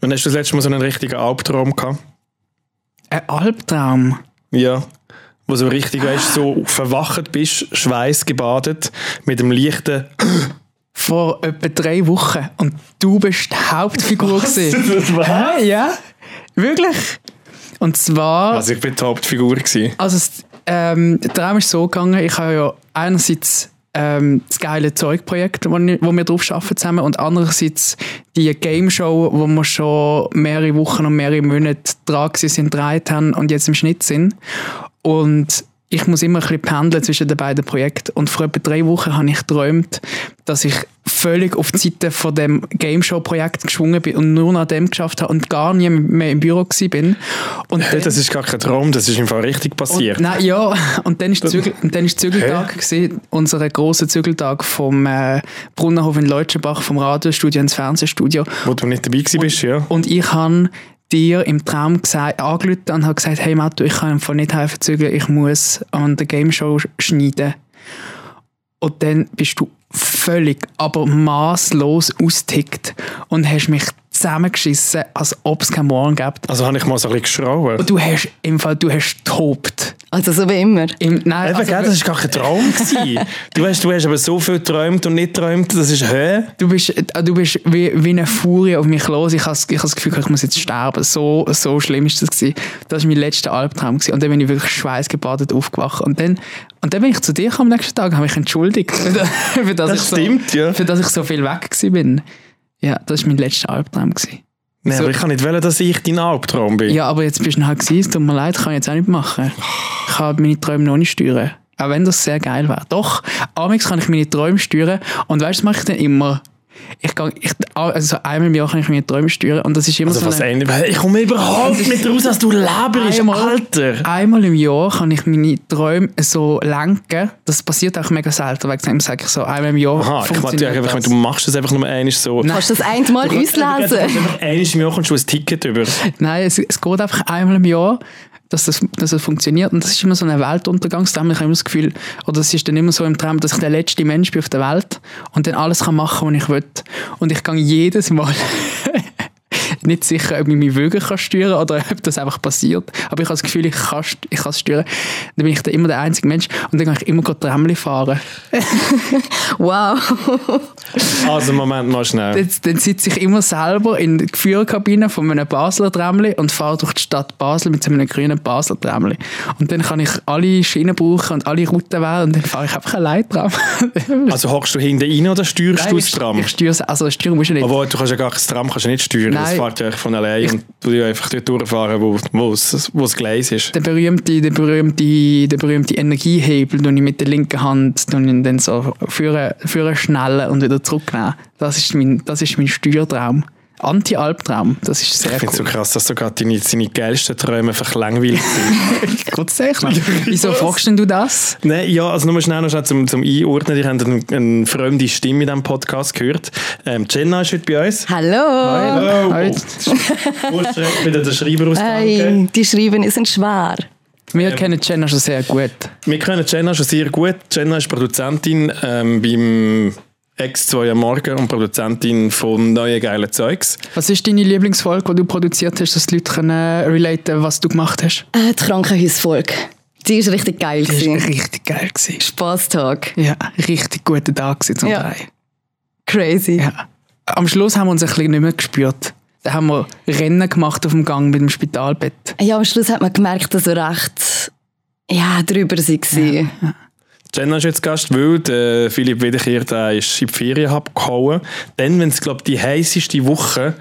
Wann hast du das letzte Mal so einen richtigen Albtraum gehabt? Ein Albtraum. Ja. Wo so richtig, weißt du, so verwacht bist, schweißgebadet, mit einem leichten Vor etwa drei Wochen. Und du bist die Hauptfigur gewesen. Hä? Ja? Wirklich? Und zwar. Also ich bin die Hauptfigur gewesen. Also, es- ähm, der Traum ist so gegangen, ich habe ja einerseits ähm, das geile Zeugprojekt, wo, ni- wo wir drauf arbeiten zusammen, und andererseits die Game Show, wo wir schon mehrere Wochen und mehrere Monate dran gewesen sind, gedreht haben und jetzt im Schnitt sind. Und ich muss immer ein bisschen pendeln zwischen den beiden Projekten. Und vor etwa drei Wochen habe ich geträumt, dass ich völlig auf die Seite von dem Game Show Projekt geschwungen bin und nur nach dem geschafft habe und gar nie mehr im Büro gewesen bin. Und Hey, dann- das ist gar kein Traum, das ist im Fall richtig passiert. und, nein, ja, und dann ist Zügel, und dann ist Zügeltag, gewesen, unser grosser Zügeltag vom äh, Brunnenhof in Leutschenbach, vom Radiostudio ins Fernsehstudio. Wo du nicht dabei gewesen bist, ja. Und ich habe dir im Traum gesagt, angerufen und habe gesagt, hey Matto, ich kann einfach nicht helfen zügeln, ich muss an der Game Show sch- schneiden. Und dann bist du völlig, aber maßlos austickt und hast mich zusammengeschissen, als ob es keinen Morgen gibt. Also habe ich mal so ein bisschen geschrauen. Und du hast im Fall, du hast tobt. Also so wie immer. Im, nein, Eben, also- gell, das war gar kein Traum. gewesen. du, hast, du hast aber so viel geträumt und nicht geträumt, das ist hä? Du bist, äh, du bist wie, wie eine Furie auf mich los. Ich habe ich has das Gefühl, ich muss jetzt sterben. So, so schlimm ist das gewesen. Das war mein letzter Albtraum. Gewesen. Und dann bin ich wirklich schweißgebadet aufgewacht. Und dann, und dann bin ich zu dir gekommen am nächsten Tag und habe mich entschuldigt. Für, das- für das Das ich stimmt, so, ja. Für das ich so viel weg gewesen bin. Ja, das war mein letzter Albtraum. Gewesen. Nein, So- aber ich kann nicht wollen, dass ich dein Albtraum bin. Ja, aber jetzt bist du halt gewesen. Es tut mir leid, kann ich jetzt auch nicht machen. Ich kann meine Träume noch nicht steuern. Auch wenn das sehr geil wäre. Doch, amigs kann ich meine Träume steuern. Und weißt du, das mache ich dann immer. Ich gang, ich, also so einmal im Jahr kann ich meine Träume steuern. Und das ist immer Also was so eine, ändert? Ich komme überhaupt nicht raus, dass du leberisch, Einmal- Alter. Einmal im Jahr kann ich meine Träume so lenken. Das passiert auch mega selten, weil ich sage ich so, einmal im Aha, Jahr ich meine, du, funktioniert einfach, das. du machst das einfach nur einmal so. Nein. Kannst du das einmal auslesen? Einmal im Jahr kommst du ein Ticket über. Nein, es, es geht einfach einmal im Jahr, dass das, dass das funktioniert. Und das ist immer so ein Weltuntergangstraum. Ich habe immer das Gefühl, oder es ist dann immer so im Traum, dass ich der letzte Mensch bin auf der Welt und dann alles kann machen was ich will. Und ich gehe jedes Mal nicht sicher, ob ich mich wirklich kann steuern oder ob das einfach passiert. Aber ich habe das Gefühl, ich kann, st- ich kann es steuern. Dann bin ich dann immer der einzige Mensch und dann kann ich immer gerade Tramli fahren. Wow. Also Moment mal schnell. Dann, dann sitze ich immer selber in der Führerkabine von einem Basler Tramli und fahre durch die Stadt Basel mit so einem grünen Basler Tramli. Und dann kann ich alle Schienen brauchen und alle Routen wählen und dann fahre ich einfach allein Tram. Also hockst du hinten rein oder steuerst du das ich, Tram? ich steuere also das Steuern muss ich nicht. Obwohl, du kannst ja gar das Tram kannst du nicht steuern. Das Nein. fährt ja eigentlich von allein und du ja einfach dort durchfahren, wo, wo, es, wo das Gleis ist. der berühmte, der berühmte, der berühmte Energiehebel, den ich mit der linken Hand den ich dann so führen, führen schnellen und wieder zurücknehmen. Das ist mein, das ist mein Steuertraum. Anti-Albtraum, das ist sehr Ich finde cool. es so krass, dass sogar deine, deine geilsten Träume einfach langweilig sind. Gott sei Dank. Wieso fragst denn du das? Nein, ja, also nur schnell noch schnell zum, zum Einordnen. Ihr habt eine, eine fremde Stimme in diesem Podcast gehört. Ähm, Jenna ist heute bei uns. Oh, Hallo. Hallo. Hi. Wo schreibt wieder der Schreiber aus? Hey, die Schreiben sind schwer. Wir kennen Jenna schon sehr gut. Wir kennen Jenna schon sehr gut. Jenna ist Produzentin ähm, beim X2 am Morgen und Produzentin von Neue Geile Zeugs. Was ist deine Lieblingsfolge, die du produziert hast, dass die Leute können relaten, was du gemacht hast? Äh, die Krankenhausfolge. Die ist richtig geil. gewesen. richtig geil. Gewesen. Spaßtag. Ja, richtig guter Tag gewesen zum Ja. Teil. Crazy. Ja. Am Schluss haben wir uns ein bisschen nicht mehr gespürt. Da haben wir Rennen gemacht auf dem Gang mit dem Spitalbett. Ja, am Schluss hat man gemerkt, dass er recht ja, drüber war. Jenna ist jetzt Gast, weil der Philipp Wiederkehr der ist in die Ferien abgehauen. Dann, wenn es, glaube die heißeste Woche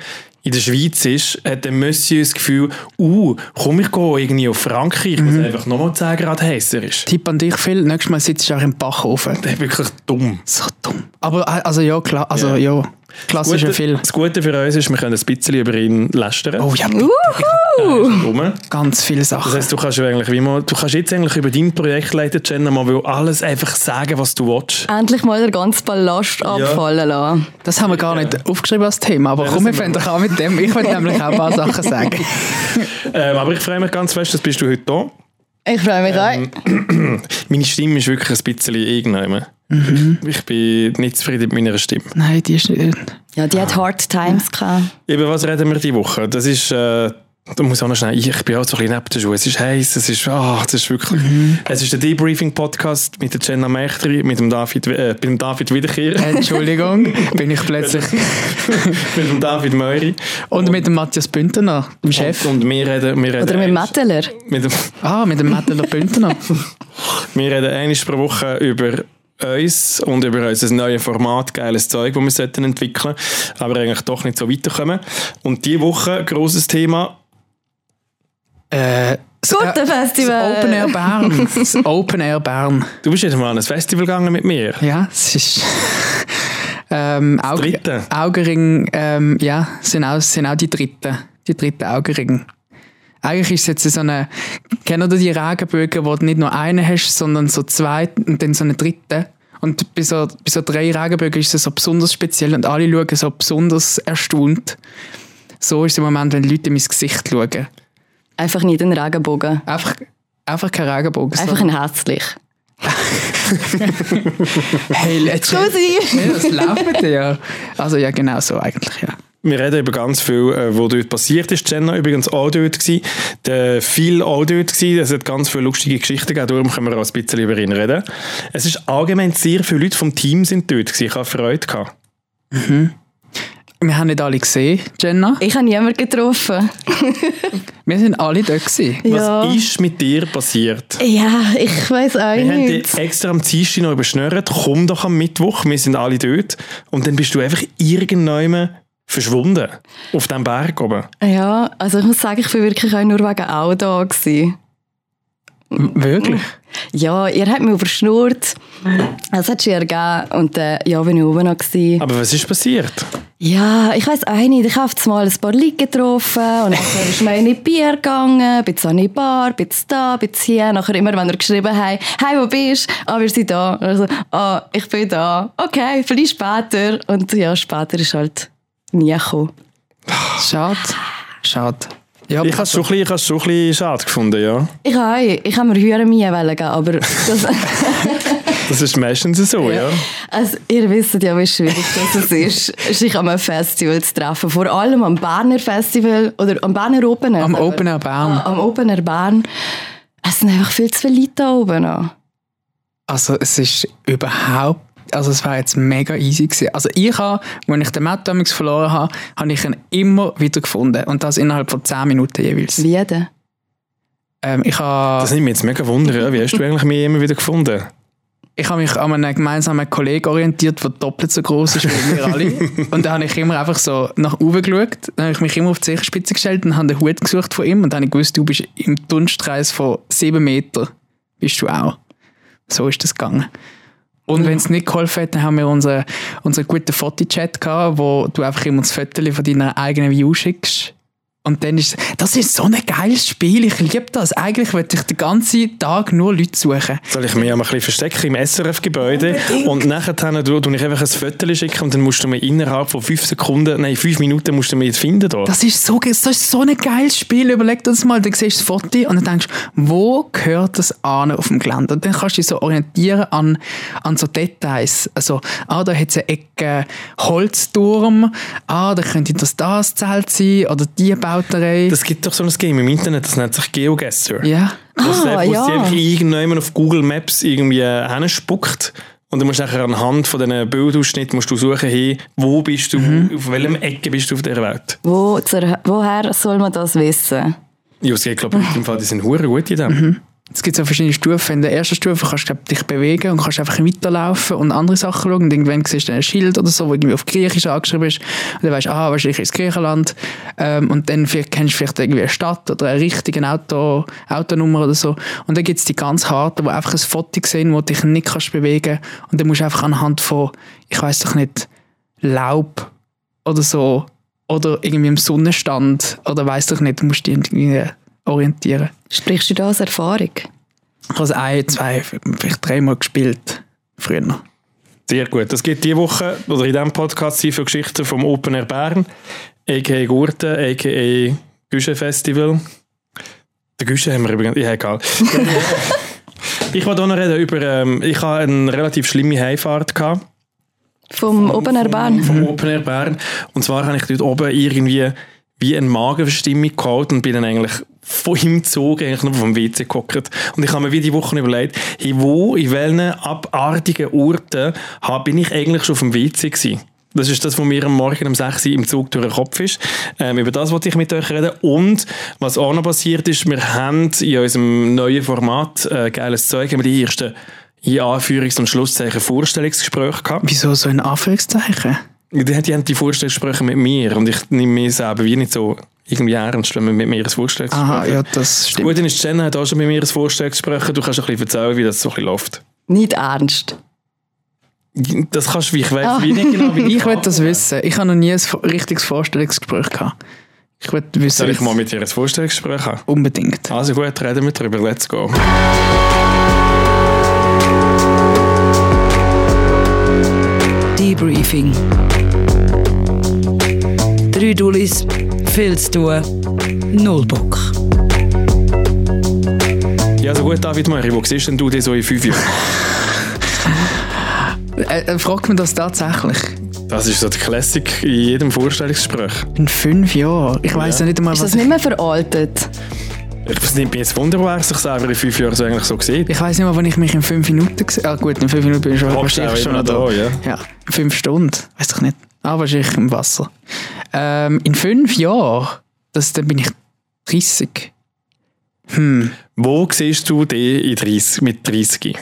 in der Schweiz ist, hat der Monsieur das Gefühl, uh, komm, ich gehe irgendwie auf Frankreich, Mhm. wo es einfach nochmal 10 Grad heißer ist. Tipp an dich, Phil, nächstes Mal sitzt du auch im Backofen. Das ist wirklich dumm. So dumm. Aber äh, also ja, klar, also ja, klassischer Gute- Phil. das Gute für uns ist, wir können ein bisschen über ihn lästern. Oh ja, Dumm. ganz viele Sachen. Das heisst, du kannst, ja eigentlich wie mal, du kannst jetzt eigentlich über dein Projekt leiten, Jenna, mal will alles einfach sagen, was du willst. Endlich mal den ganzen Ballast abfallen lassen. Das haben wir gar nicht aufgeschrieben als Thema, aber komm, wir fangen doch an mit dem. Ich will nämlich auch ein paar Sachen sagen. Ähm, aber ich freue mich ganz fest, dass bist du heute da. Ich freue mich auch. Meine Stimme ist wirklich ein bisschen irgendwann. Mhm. Ich bin nicht zufrieden mit meiner Stimme. Nein, die ist äh, nicht. Ja, die hat Hard Times gehabt. Eben, was reden wir diese Woche? Das ist, äh, da muss ich auch noch schnell, ich, ich bin auch so ein bisschen neben der Schuhe. Es ist heiß, es ist, ah, das ist wirklich, Mhm. es ist der Debriefing-Podcast mit der Jenna Mächtri, mit dem David, äh, mit dem David Wiederkehr, Entschuldigung, bin ich plötzlich. mit dem David Meury. Und mit dem Matthias Bündner, dem Chef. Und, und wir reden, wir reden, Oder mit einmal- Matteler. mit dem, Ah, mit dem Matteler Bündner. wir reden einmal pro Woche über uns und über unser neues Format, geiles Zeug, das wir sollten entwickeln sollten, aber eigentlich doch nicht so weiterkommen. Und diese Woche, grosses Thema, äh, das- Gurtenfestival. Das Open Air Bern. Das Open Air Bern. du bist jetzt mal an ein Festival gegangen mit mir. Ja, es ist. ähm, Aug dritte. Augenring, ähm, ja, sind auch, sind auch die dritten. Die dritten Augenringe. Eigentlich ist es jetzt so eine. Kennt ihr die Regenbögen, wo du nicht nur einen hast, sondern so zwei und dann so einen dritten? Und bei so, bei so drei Regenbögen ist es so besonders speziell und alle schauen so besonders erstaunt. So ist es im Moment, wenn Leute in mein Gesicht schauen. Einfach nicht den Regenbogen. Einfach, einfach kein Regenbogen. Einfach sondern- ein hässlich. Hey, jetzt. Tschüssi! Ja, das läuft ja. Also ja, genau so eigentlich, ja. Wir reden über ganz viel, äh, was dort passiert ist. Jenna übrigens auch dort gewesen. Der Phil auch dort gewesen. Es hat ganz viele lustige Geschichten gegeben. Darum können wir auch ein bisschen über ihn reden. Es ist allgemein sehr viele Leute vom Team sind dort gewesen. Ich habe Freude gehabt. Wir haben nicht alle gesehen, Jenna. Ich habe niemanden getroffen. Wir sind alle da gewesen. ja. Was ist mit dir passiert? Ja, ich weiß auch Wir haben nicht. dich extra am Dienstag noch überschnürt. Komm doch am Mittwoch. Wir sind alle dort. Und dann bist du einfach irgendwann verschwunden. Auf dem Berg oben. Ja, also ich muss sagen, ich war wirklich auch nur wegen auch da. Gewesen. W- Wirklich? Ja, ihr habt mich überschnurrt. Es hat schon ergeben. Und dann, ja, bin ich oben noch. Gewesen. Aber was ist passiert? Ja, ich weiss auch nicht. Ich habe jetzt mal ein paar Leute getroffen und nachher ist mir in die Bier gegangen, bin zu einer Bar, bin zu da, bin zu hier. Nachher immer, wenn er geschrieben hat, «Hey, wo bist du?» «Ah, wir sind da.» also, «Ah, ich bin da.» «Okay, vielleicht später.» Und ja, später ist halt nie gekommen. Schade. Schade. Ja, Ich habe es schon ein bisschen- ich habe es schon ein bisschen schade gefunden, ja. Ich habe auch- ich habe mir höhere Mühe wollen geben, aber das, Das ist meistens so, ja. also, ihr wisst ja, wie schwierig das ist, sich an einem Festival zu treffen. Vor allem am Berner Festival oder am Berner Open Air. Ah, am Open Air Bern. am Open Air Bern. Es sind einfach viel zu viele Leute da oben an. Also es ist überhaupt, also es war jetzt mega easy gewesen. Also ich habe, wenn ich den Matt damals verloren habe, habe ich ihn immer wieder gefunden. Und das innerhalb von 10 Minuten jeweils. Wie denn? Ähm, ich Das habe, nimmt mich Also jetzt mega Wunder. ja. Wie hast du eigentlich mich immer wieder gefunden? ich habe mich an einem gemeinsamen Kollegen orientiert, der doppelt so groß ist wie wir alle. Und da habe ich immer einfach so nach oben geschaut, dann habe ich mich immer auf die Zehenspitze gestellt und habe den Hut gesucht von ihm und dann habe ich gewusst, du bist im Dunstkreis von sieben Metern. Bist du auch. So ist das gegangen. Und wenn es nicht geholfen hat, dann haben wir unseren, unseren guten Fotochat gehabt, wo du einfach immer das Foto von deiner eigenen View schickst. Und dann ist das ist so ein geiles Spiel, ich liebe das. Eigentlich wollte ich den ganzen Tag nur Leute suchen. Soll ich mich einmal ein bisschen verstecken im SRF-Gebäude und nachher dann du, du ich einfach ein Foto schicken und dann musst du mir innerhalb von fünf Sekunden, nein, fünf Minuten musst du mich jetzt finden da. Das ist so, ge- das ist so ein geiles Spiel. Überleg dir das mal. Dann siehst du das Foto und dann denkst, wo gehört das an auf dem Gelände? Und dann kannst du dich so orientieren an, an so Details. Also, ah, da hat es eine Ecke Holzturm. Ah, da könnte das das Zelt sein. Oder die Bauterei. Das gibt doch so ein Game im Internet, das nennt sich GeoGuessr. ja. Das Ah, ah, ja. ja. einfach irgendjemand auf Google Maps irgendwie äh, hinspuckt und du musst nachher anhand von diesen Bildausschnitten musst du suchen, hey, wo bist du, Mhm. auf welchem Ecke bist du auf dieser Welt? Wo zur, woher soll man das wissen? Ja, es geht, glaube ich, in dem Fall, die sind hure gut in dem. Mhm. Es gibt so verschiedene Stufen. In der ersten Stufe kannst du glaub, dich bewegen und kannst einfach weiterlaufen und andere Sachen schauen. Und irgendwann siehst du dann ein Schild oder so, wo irgendwie auf Griechisch angeschrieben ist. Und dann weißt du, ah, wahrscheinlich ist es Griechenland. Ähm, und dann vielleicht, kennst du vielleicht irgendwie eine Stadt oder eine richtige Auto, Autonummer oder so. Und dann gibt es die ganz harten, wo einfach ein Foto sehen, wo du dich nicht kannst bewegen Und dann musst du einfach anhand von, ich weiß doch nicht, Laub oder so oder irgendwie im Sonnenstand oder weiß doch nicht, musst du dich irgendwie orientieren. Sprichst du da aus Erfahrung? Ich habe es ein, zwei, vielleicht dreimal gespielt. Früher. Sehr gut. Es gibt diese Woche oder in diesem Podcast sehr viele Geschichten vom Open Air Bern, a.k.a. Gurten, a.k.a. Güsche Festival. Der Güsche haben wir übrigens, ja, egal. Ich wollte auch noch reden über, ähm, ich habe eine relativ schlimme Heimfahrt gehabt. Vom Open Air Bern. Vom Open Air Bern. Und zwar habe ich dort oben irgendwie wie eine Magenverstimmung geholt und bin dann eigentlich von im Zug eigentlich nur vom WC gekocht. Und ich habe mir wie die Woche überlegt, hey, wo, in welchen abartigen Orten hab- bin ich eigentlich schon auf dem WC gewesen? Das ist das, was mir am Morgen um 6 Uhr im Zug durch den Kopf ist. Ähm, über das wollte ich mit euch reden. Und was auch noch passiert ist, wir haben in unserem neuen Format, äh, geiles Zeug, haben wir die ersten in Anführungs- und Schlusszeichen Vorstellungsgespräche gehabt. Wieso so in Anführungszeichen? Die, hat- die haben die Vorstellungssprecher mit mir und ich nehme mich selber wie nicht so irgendwie ernst, wenn man mit mir ein Vorstellungsgespräch Aha, ja, das Das stimmt. Gute ist, Jenna hat auch schon mit mir ein Vorstellungsgespräch. Du kannst ein bisschen erzählen, wie das so ein bisschen läuft. Nicht ernst. Das kannst du, ich weiß Ah. wie nicht genau, wie Ich will das wissen. Ich habe noch nie ein vo- richtiges Vorstellungsgespräch gehabt. Ich will wissen. Soll ich wie- mal mit dir ein Vorstellungsgespräch haben? Unbedingt. Also gut, reden wir drüber. Let's go. Debriefing. Drei Dullis, viel zu tun, null Bock. Ja, also gut, David Möri, wo siehst denn du dich so in fünf Jahren? Äh, äh, fragt man das tatsächlich? Das ist so der Classic in jedem Vorstellungsgespräch. In fünf Jahren? Ich weiß ja. nicht einmal, Ist was das nicht mehr veraltet? Ich nimmt mich jetzt Wunder, wer sich selber in fünf Jahren so eigentlich so sieht. Ich weiß nicht mal, wann ich mich in fünf Minuten gesehen Ah gut, in fünf Minuten bin ich schon, Hockst du wahrscheinlich auch schon immer noch da. da, ja. in fünf Stunden. Weiß doch nicht. Aber wahrscheinlich im Wasser. Ähm, in fünf Jahren, das, dann bin ich 30. Wo siehst du dich in 30, mit 30?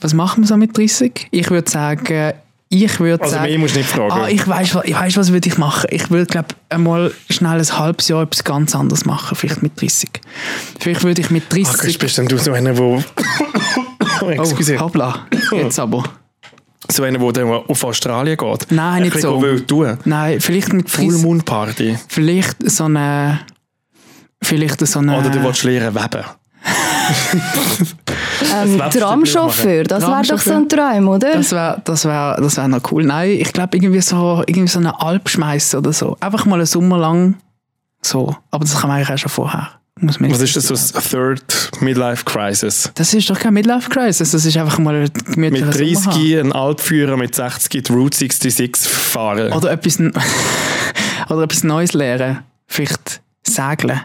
Was machen wir so mit 30? Ich würde sagen, ich würde Also sagen... mehr musst du nicht fragen. Ah, ich weiß, ich weiss, was würde ich machen. Ich würde, glaube einmal schnell ein halbes Jahr etwas ganz anderes machen, vielleicht mit 30. Vielleicht würde ich mit 30... Markus, bist denn Ah, du so einer, wo oh, Excuse. hoppla. Jetzt aber. oh. so einer, wo dann auf Australien geht? Nein, nicht Ein so. bisschen Will tun. Nein, vielleicht mit Full 30... Moon Party. Vielleicht so eine... Vielleicht so eine... Oder du willst lernen weben. Ähm, Webster Tramchauffeur, das wäre doch so ein Traum, oder? Das wäre das wär, das wär noch cool. Nein, ich glaube, irgendwie so, irgendwie so eine Alp schmeißen oder so. Einfach mal einen Sommer lang so. Aber das kann man eigentlich auch schon vorher. Muss man Was nicht- ist das, so das Third Midlife Crisis? Das ist doch kein Midlife Crisis. Das ist einfach mal ein gemütlicher Mit Sommer haben. 30 ein Altführer, mit 60 die Route 66 fahren. Oder etwas, n- oder etwas Neues lernen. Vielleicht segeln.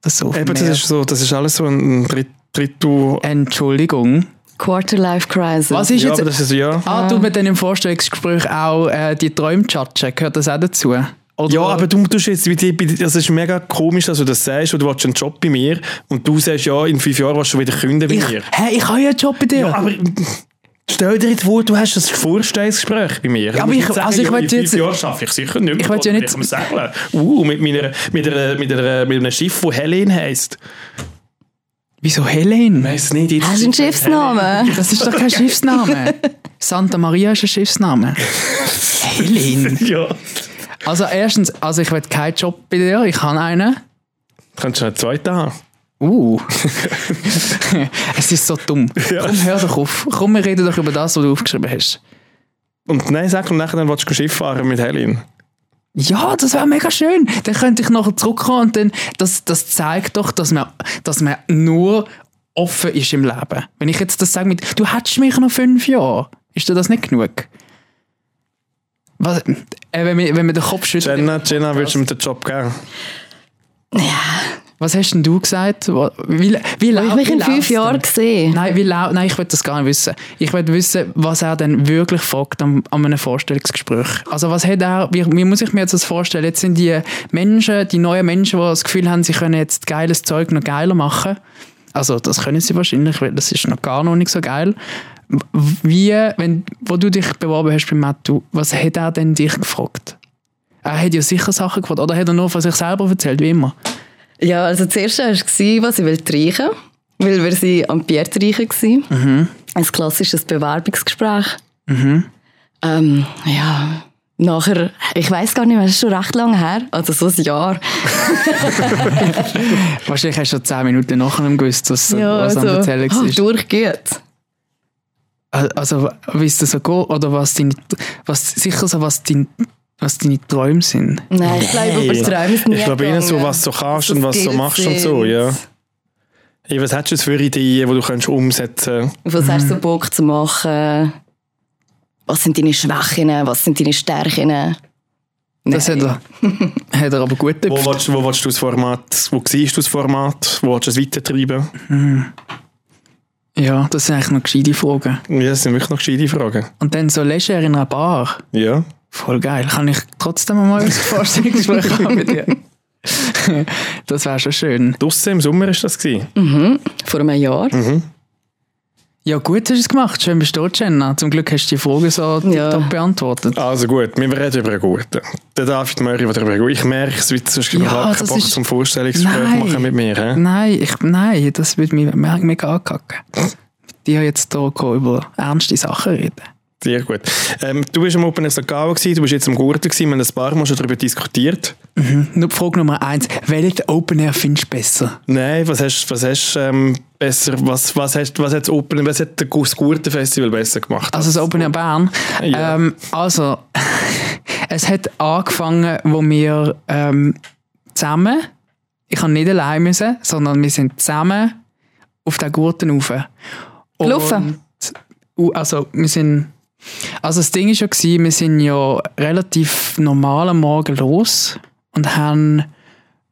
Das so. auf dem Eben, das Meer. ist, so, das ist alles so ein Dritt- Drittel. Entschuldigung. Quarterlife Crisis. Was ist ja, aber jetzt. das ist ja. Ah, du mit im Vorstellungsgespräch auch äh, die Träume judgen. Gehört das auch dazu? Oder Ja, aber du tust jetzt, wie die- bei- das ist mega komisch, dass du das sagst, und du willst einen Job bei mir und du sagst, ja, in fünf Jahren willst du schon wieder künden bei Ich, mir. hä, ich habe ja einen Job bei dir. Ja, aber stell dir jetzt vor, du hast ein Vorstellungsgespräch bei mir. Du aber musst ich- nicht sagen, also ich ja, will in fünf jetzt- Jahren schaffe ich sicher nicht mehr. Ich will ja Oder nicht- am Segeln. Uh, mit, meiner, mit, einer, mit, einer, mit einem Schiff, das Helen heisst. Wieso Helen? Weiss nicht, jetzt Hast du einen Schiffsnamen? Das ist doch kein Schiffsname. Santa Maria ist ein Schiffsname. Helen. Ja. Also erstens, also ich will keinen Job bei dir, ich habe einen. Kannst du einen zweiten haben? Uh. es ist so dumm. Ja. Komm, hör doch auf. Komm, wir reden doch über das, was du aufgeschrieben hast. Und nein, sag, und nachher dann willst du Schiff fahren mit Helen. Ja, das wäre mega schön. Dann könnte ich nachher zurückkommen und dann, das, das zeigt doch, dass man, dass man nur offen ist im Leben. Wenn ich jetzt das sage mit, du hättest mich noch fünf Jahre, ist dir das nicht genug? Was, äh, wenn, wir, wenn wir den Kopf schütteln, Jenna, Jenna, willst du mir den Job geben? was hast denn du gesagt? Wo- Wie, wie, wie Habe ich mich in fünf Jahren gesehen? Nein, wie laut, nein, ich will das gar nicht wissen. Ich will wissen, was er denn wirklich fragt an, an einem Vorstellungsgespräch. Also was hat er, wie, wie muss ich mir jetzt das vorstellen? Jetzt sind die Menschen, die neuen Menschen, die das Gefühl haben, sie können jetzt geiles Zeug noch geiler machen. Also das können sie wahrscheinlich, weil das ist noch gar noch nicht so geil. Wie, wenn, wo du dich beworben hast bei Mattu, was hat er denn dich gefragt? Er hat ja sicher Sachen gefragt, oder hat er nur von sich selber erzählt, wie immer? Ja, also zuerst war es, was ich will reichen weil wir sie am Pier reichen waren. Mhm. Ein klassisches Bewerbungsgespräch. Ähm, ja, nachher, ich weiß gar nicht mehr, es ist schon recht lange her, also so ein Jahr. Wahrscheinlich hast du schon zehn Minuten nachher gewusst, was, was am also, Erzählen war. oh, durchgeht. Al- Also, wie es dir so geht, oder was deine, was, sicher so, was, dein, was deine Träume sind. Nein, ich glaube, über das Träumen ist nie Ich glaube, ihnen so, gegangen. was du kannst So und was du Skills machst und so, sind. ja. Hey, was hättest du für Ideen, die du könntest umsetzen Auf was hast du Mhm. Bock zu machen? Was sind deine Schwächen? Was sind deine Stärken? Das hat er, hat er aber gut Wo getippt. willst, wo willst du das Format, wo siehst du das Format, wo willst du es weitertreiben? Ja, das sind eigentlich noch gescheite Fragen. Ja, das sind wirklich noch gescheite Fragen. Und dann so leger in einer Bar. Ja. Voll geil. Kann ich trotzdem mal ein Vorstellungsgespräch haben mit dir? Das wäre schon schön. Draussen im Sommer war das. Gewesen. Vor einem Jahr? Mhm. Ja, gut hast du es gemacht. Schön bist du da, Jenna. Zum Glück hast du die Frage so Ja. top beantwortet. Also gut, wir reden über einen guten. Der David Möri, der darüber gut. Ich merke es, weil sonst Ja, überhaupt keinen das Bock ist- zum Vorstellungsgespräch Nein. machen mit mir. He? Nein, ich, nein, das würde mich me- mega ankacken. Mit dir jetzt hier kommen, über ernste Sachen reden. Sehr gut. Ähm, du bist am Open Air St. Gallen, gewesen, du bist jetzt am Gurten, gewesen, wir haben ein paar Mal schon darüber diskutiert. Nur Frage Nummer eins. Welchen Open Air findest du besser? Nein, was hast was hast, ähm, besser, was, was, hast, was, hat's Open, was hat das Gurten-Festival besser gemacht? Also das Open Air Bern. Ja. Ähm, also, es hat angefangen, wo wir ähm, zusammen, ich habe nicht allein müssen, sondern wir sind zusammen auf den Gurten rauf. Und- Gelaufen? Uh, Also, wir sind, also das Ding war ja, gewesen, wir sind ja relativ normal am Morgen los und haben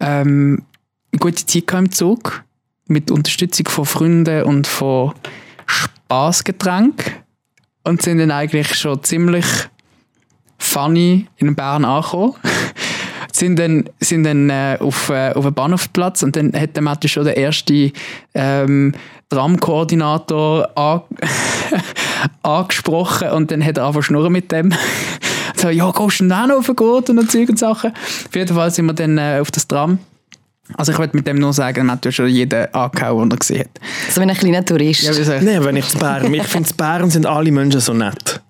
ähm, eine gute Zeit gehabt im Zug mit Unterstützung von Freunden und von Spaßgetränk und sind dann eigentlich schon ziemlich funny in Bern angekommen. sind dann, sind dann äh, auf, äh, auf einem Bahnhofplatz und dann hat der Matti schon der erste ähm, Tramkoordinator an angesprochen und dann hat er einfach schnurren mit dem. so, ja, gehst du denn auch noch auf den Gurten und Zeug und Sachen? Auf jeden Fall sind wir dann äh, auf das Tram. Also ich wollte mit dem nur sagen, er hat ja schon jeden angehauen, den er gesehen hat. So wie ein kleiner Tourist. Ja, wie soll ich- Nein, wenn ich zu Bern, ich finde, zu Bern sind alle Menschen so nett.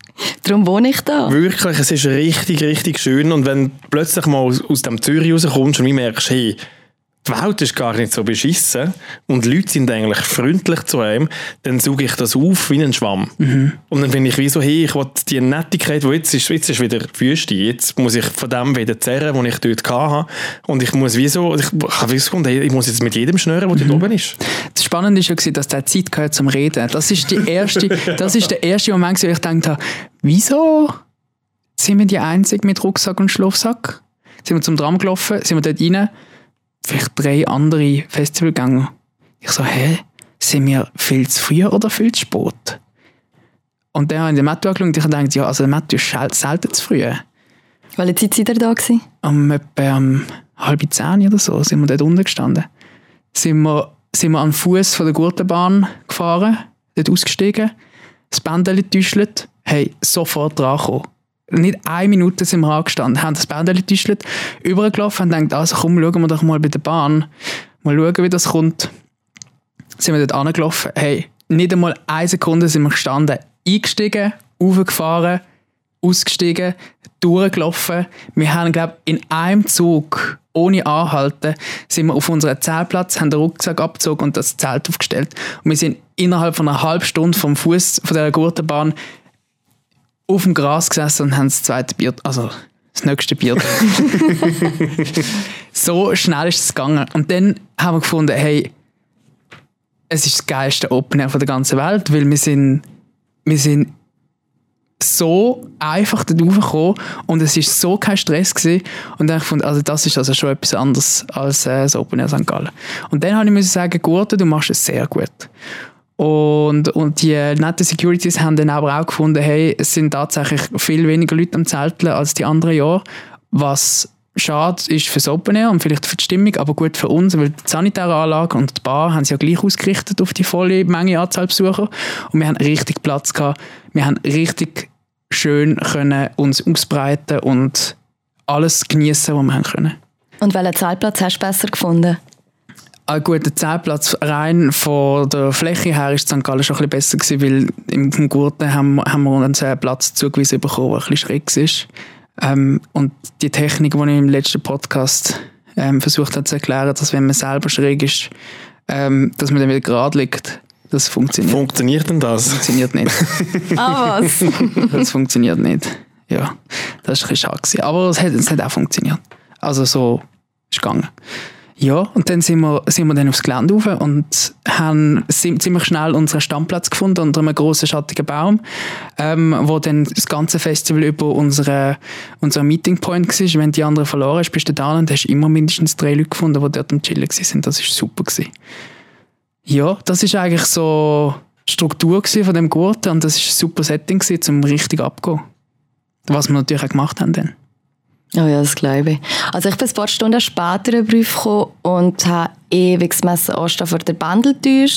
Darum wohne ich da. Wirklich, es ist richtig, richtig schön. Und wenn du plötzlich mal aus, aus dem Zürich rauskommst und wie merkst, hey, die Welt ist gar nicht so beschissen und die Leute sind eigentlich freundlich zu einem, dann suche ich das auf wie einen Schwamm. Und dann finde ich wie so, hey, ich will die Nettigkeit, die jetzt ist, jetzt ist wieder Wüste, jetzt muss ich von dem wieder zerren, was ich dort hatte. Und ich muss wie so, ich, ich, habe wie so gefunden, hey, ich muss jetzt mit jedem schnüren, der dort oben ist. Das Spannende war ja, dass der Zeit gehört zum Reden. Das ist, die erste, das ist der erste Moment, wo ich gedacht habe, wieso sind wir die Einzigen mit Rucksack und Schlafsack? Sind wir zum Tram gelaufen, sind wir dort rein, vielleicht drei andere Festivalgänger. Ich so, hä? Sind wir viel zu früh oder viel zu spät? Und dann habe ich den Matthew angeschaut und ich habe gedacht, ja, also der Matthew ist schel- selten zu früh. Welche Zeit seid ihr da gewesen? um etwa um halb zehn oder so sind wir dort unten gestanden. Sind wir, sind wir an Fuß von der Gurtenbahn gefahren, dort ausgestiegen, das Bändeli getäuscht, hey, sofort dran gekommen. Nicht eine Minute sind wir angestanden, haben das Bändeli getäuscht, übergelaufen und gedacht, also komm, schauen wir doch mal bei der Bahn, mal schauen, wie das kommt. Sind wir dort angelaufen, hey, nicht einmal eine Sekunde sind wir gestanden, eingestiegen, raufgefahren, ausgestiegen, durchgelaufen. Wir haben, glaube in einem Zug, ohne Anhalten, sind wir auf unseren Zeltplatz, haben den Rucksack abgezogen und das Zelt aufgestellt. Und wir sind innerhalb von einer halben Stunde vom Fuß von der Gurtenbahn auf dem Gras gesessen und haben das zweite Bier, also das nächste Bier. getrunken. so schnell ist es gegangen. Und dann haben wir gefunden, hey, es ist das geilste Open Air von der ganzen Welt, weil wir sind, wir sind so einfach dort raufgekommen und es war so kein Stress. Gewesen. Und dann fand ich, also das ist also schon etwas anderes als äh, das Open Air St. Gallen. Und dann habe ich müssen sagen, Gurte, du machst es sehr gut. Und, und die netten Securities haben dann aber auch gefunden, hey, es sind tatsächlich viel weniger Leute am Zelteln als die anderen Jahre, was schade ist fürs Open Air und vielleicht für die Stimmung, aber gut für uns, weil die Sanitäranlage und die Bar haben sie ja gleich ausgerichtet auf die volle Menge Anzahl Besucher und wir haben richtig Platz gehabt, wir haben richtig schön können uns ausbreiten und alles genießen, was wir haben können. Und welchen Zeltplatz hast du besser gefunden? Ah, gut, der Zeltplatz rein von der Fläche her ist St. Gallen schon ein bisschen besser gewesen, weil im, im Gurten haben, haben wir uns einen Platz zugewiesen bekommen, der ein bisschen schräg ist. Ähm, und die Technik, die ich im letzten Podcast ähm, versucht habe zu erklären, dass wenn man selber schräg ist, ähm, dass man dann wieder gerade liegt, das funktioniert, Funktioniert denn das? funktioniert nicht. Ah, was? das funktioniert nicht. Ja, das war ein bisschen schade. gewesen. Aber es hat, es hat auch funktioniert. Also so ist es gegangen. Ja, und dann sind wir, sind wir dann aufs Gelände rauf und haben sim- ziemlich schnell unseren Stammplatz gefunden unter einem grossen schattigen Baum, ähm, wo dann das ganze Festival über unsere, unser Meeting Point war. Wenn die anderen verloren hast, bist du da und hast immer mindestens drei Leute gefunden, die dort am Chillen waren. Das war super. Gewesen. Ja, das ist eigentlich so die Struktur gewesen von dem Gurten und das ist ein super Setting, gewesen, um richtig abzugehen. Was wir natürlich auch gemacht haben dann. Oh ja, das glaube ich. Also ich bin ein paar Stunden später in den Brief gekommen und habe ewig gemessen anstehen vor der Bandeltür.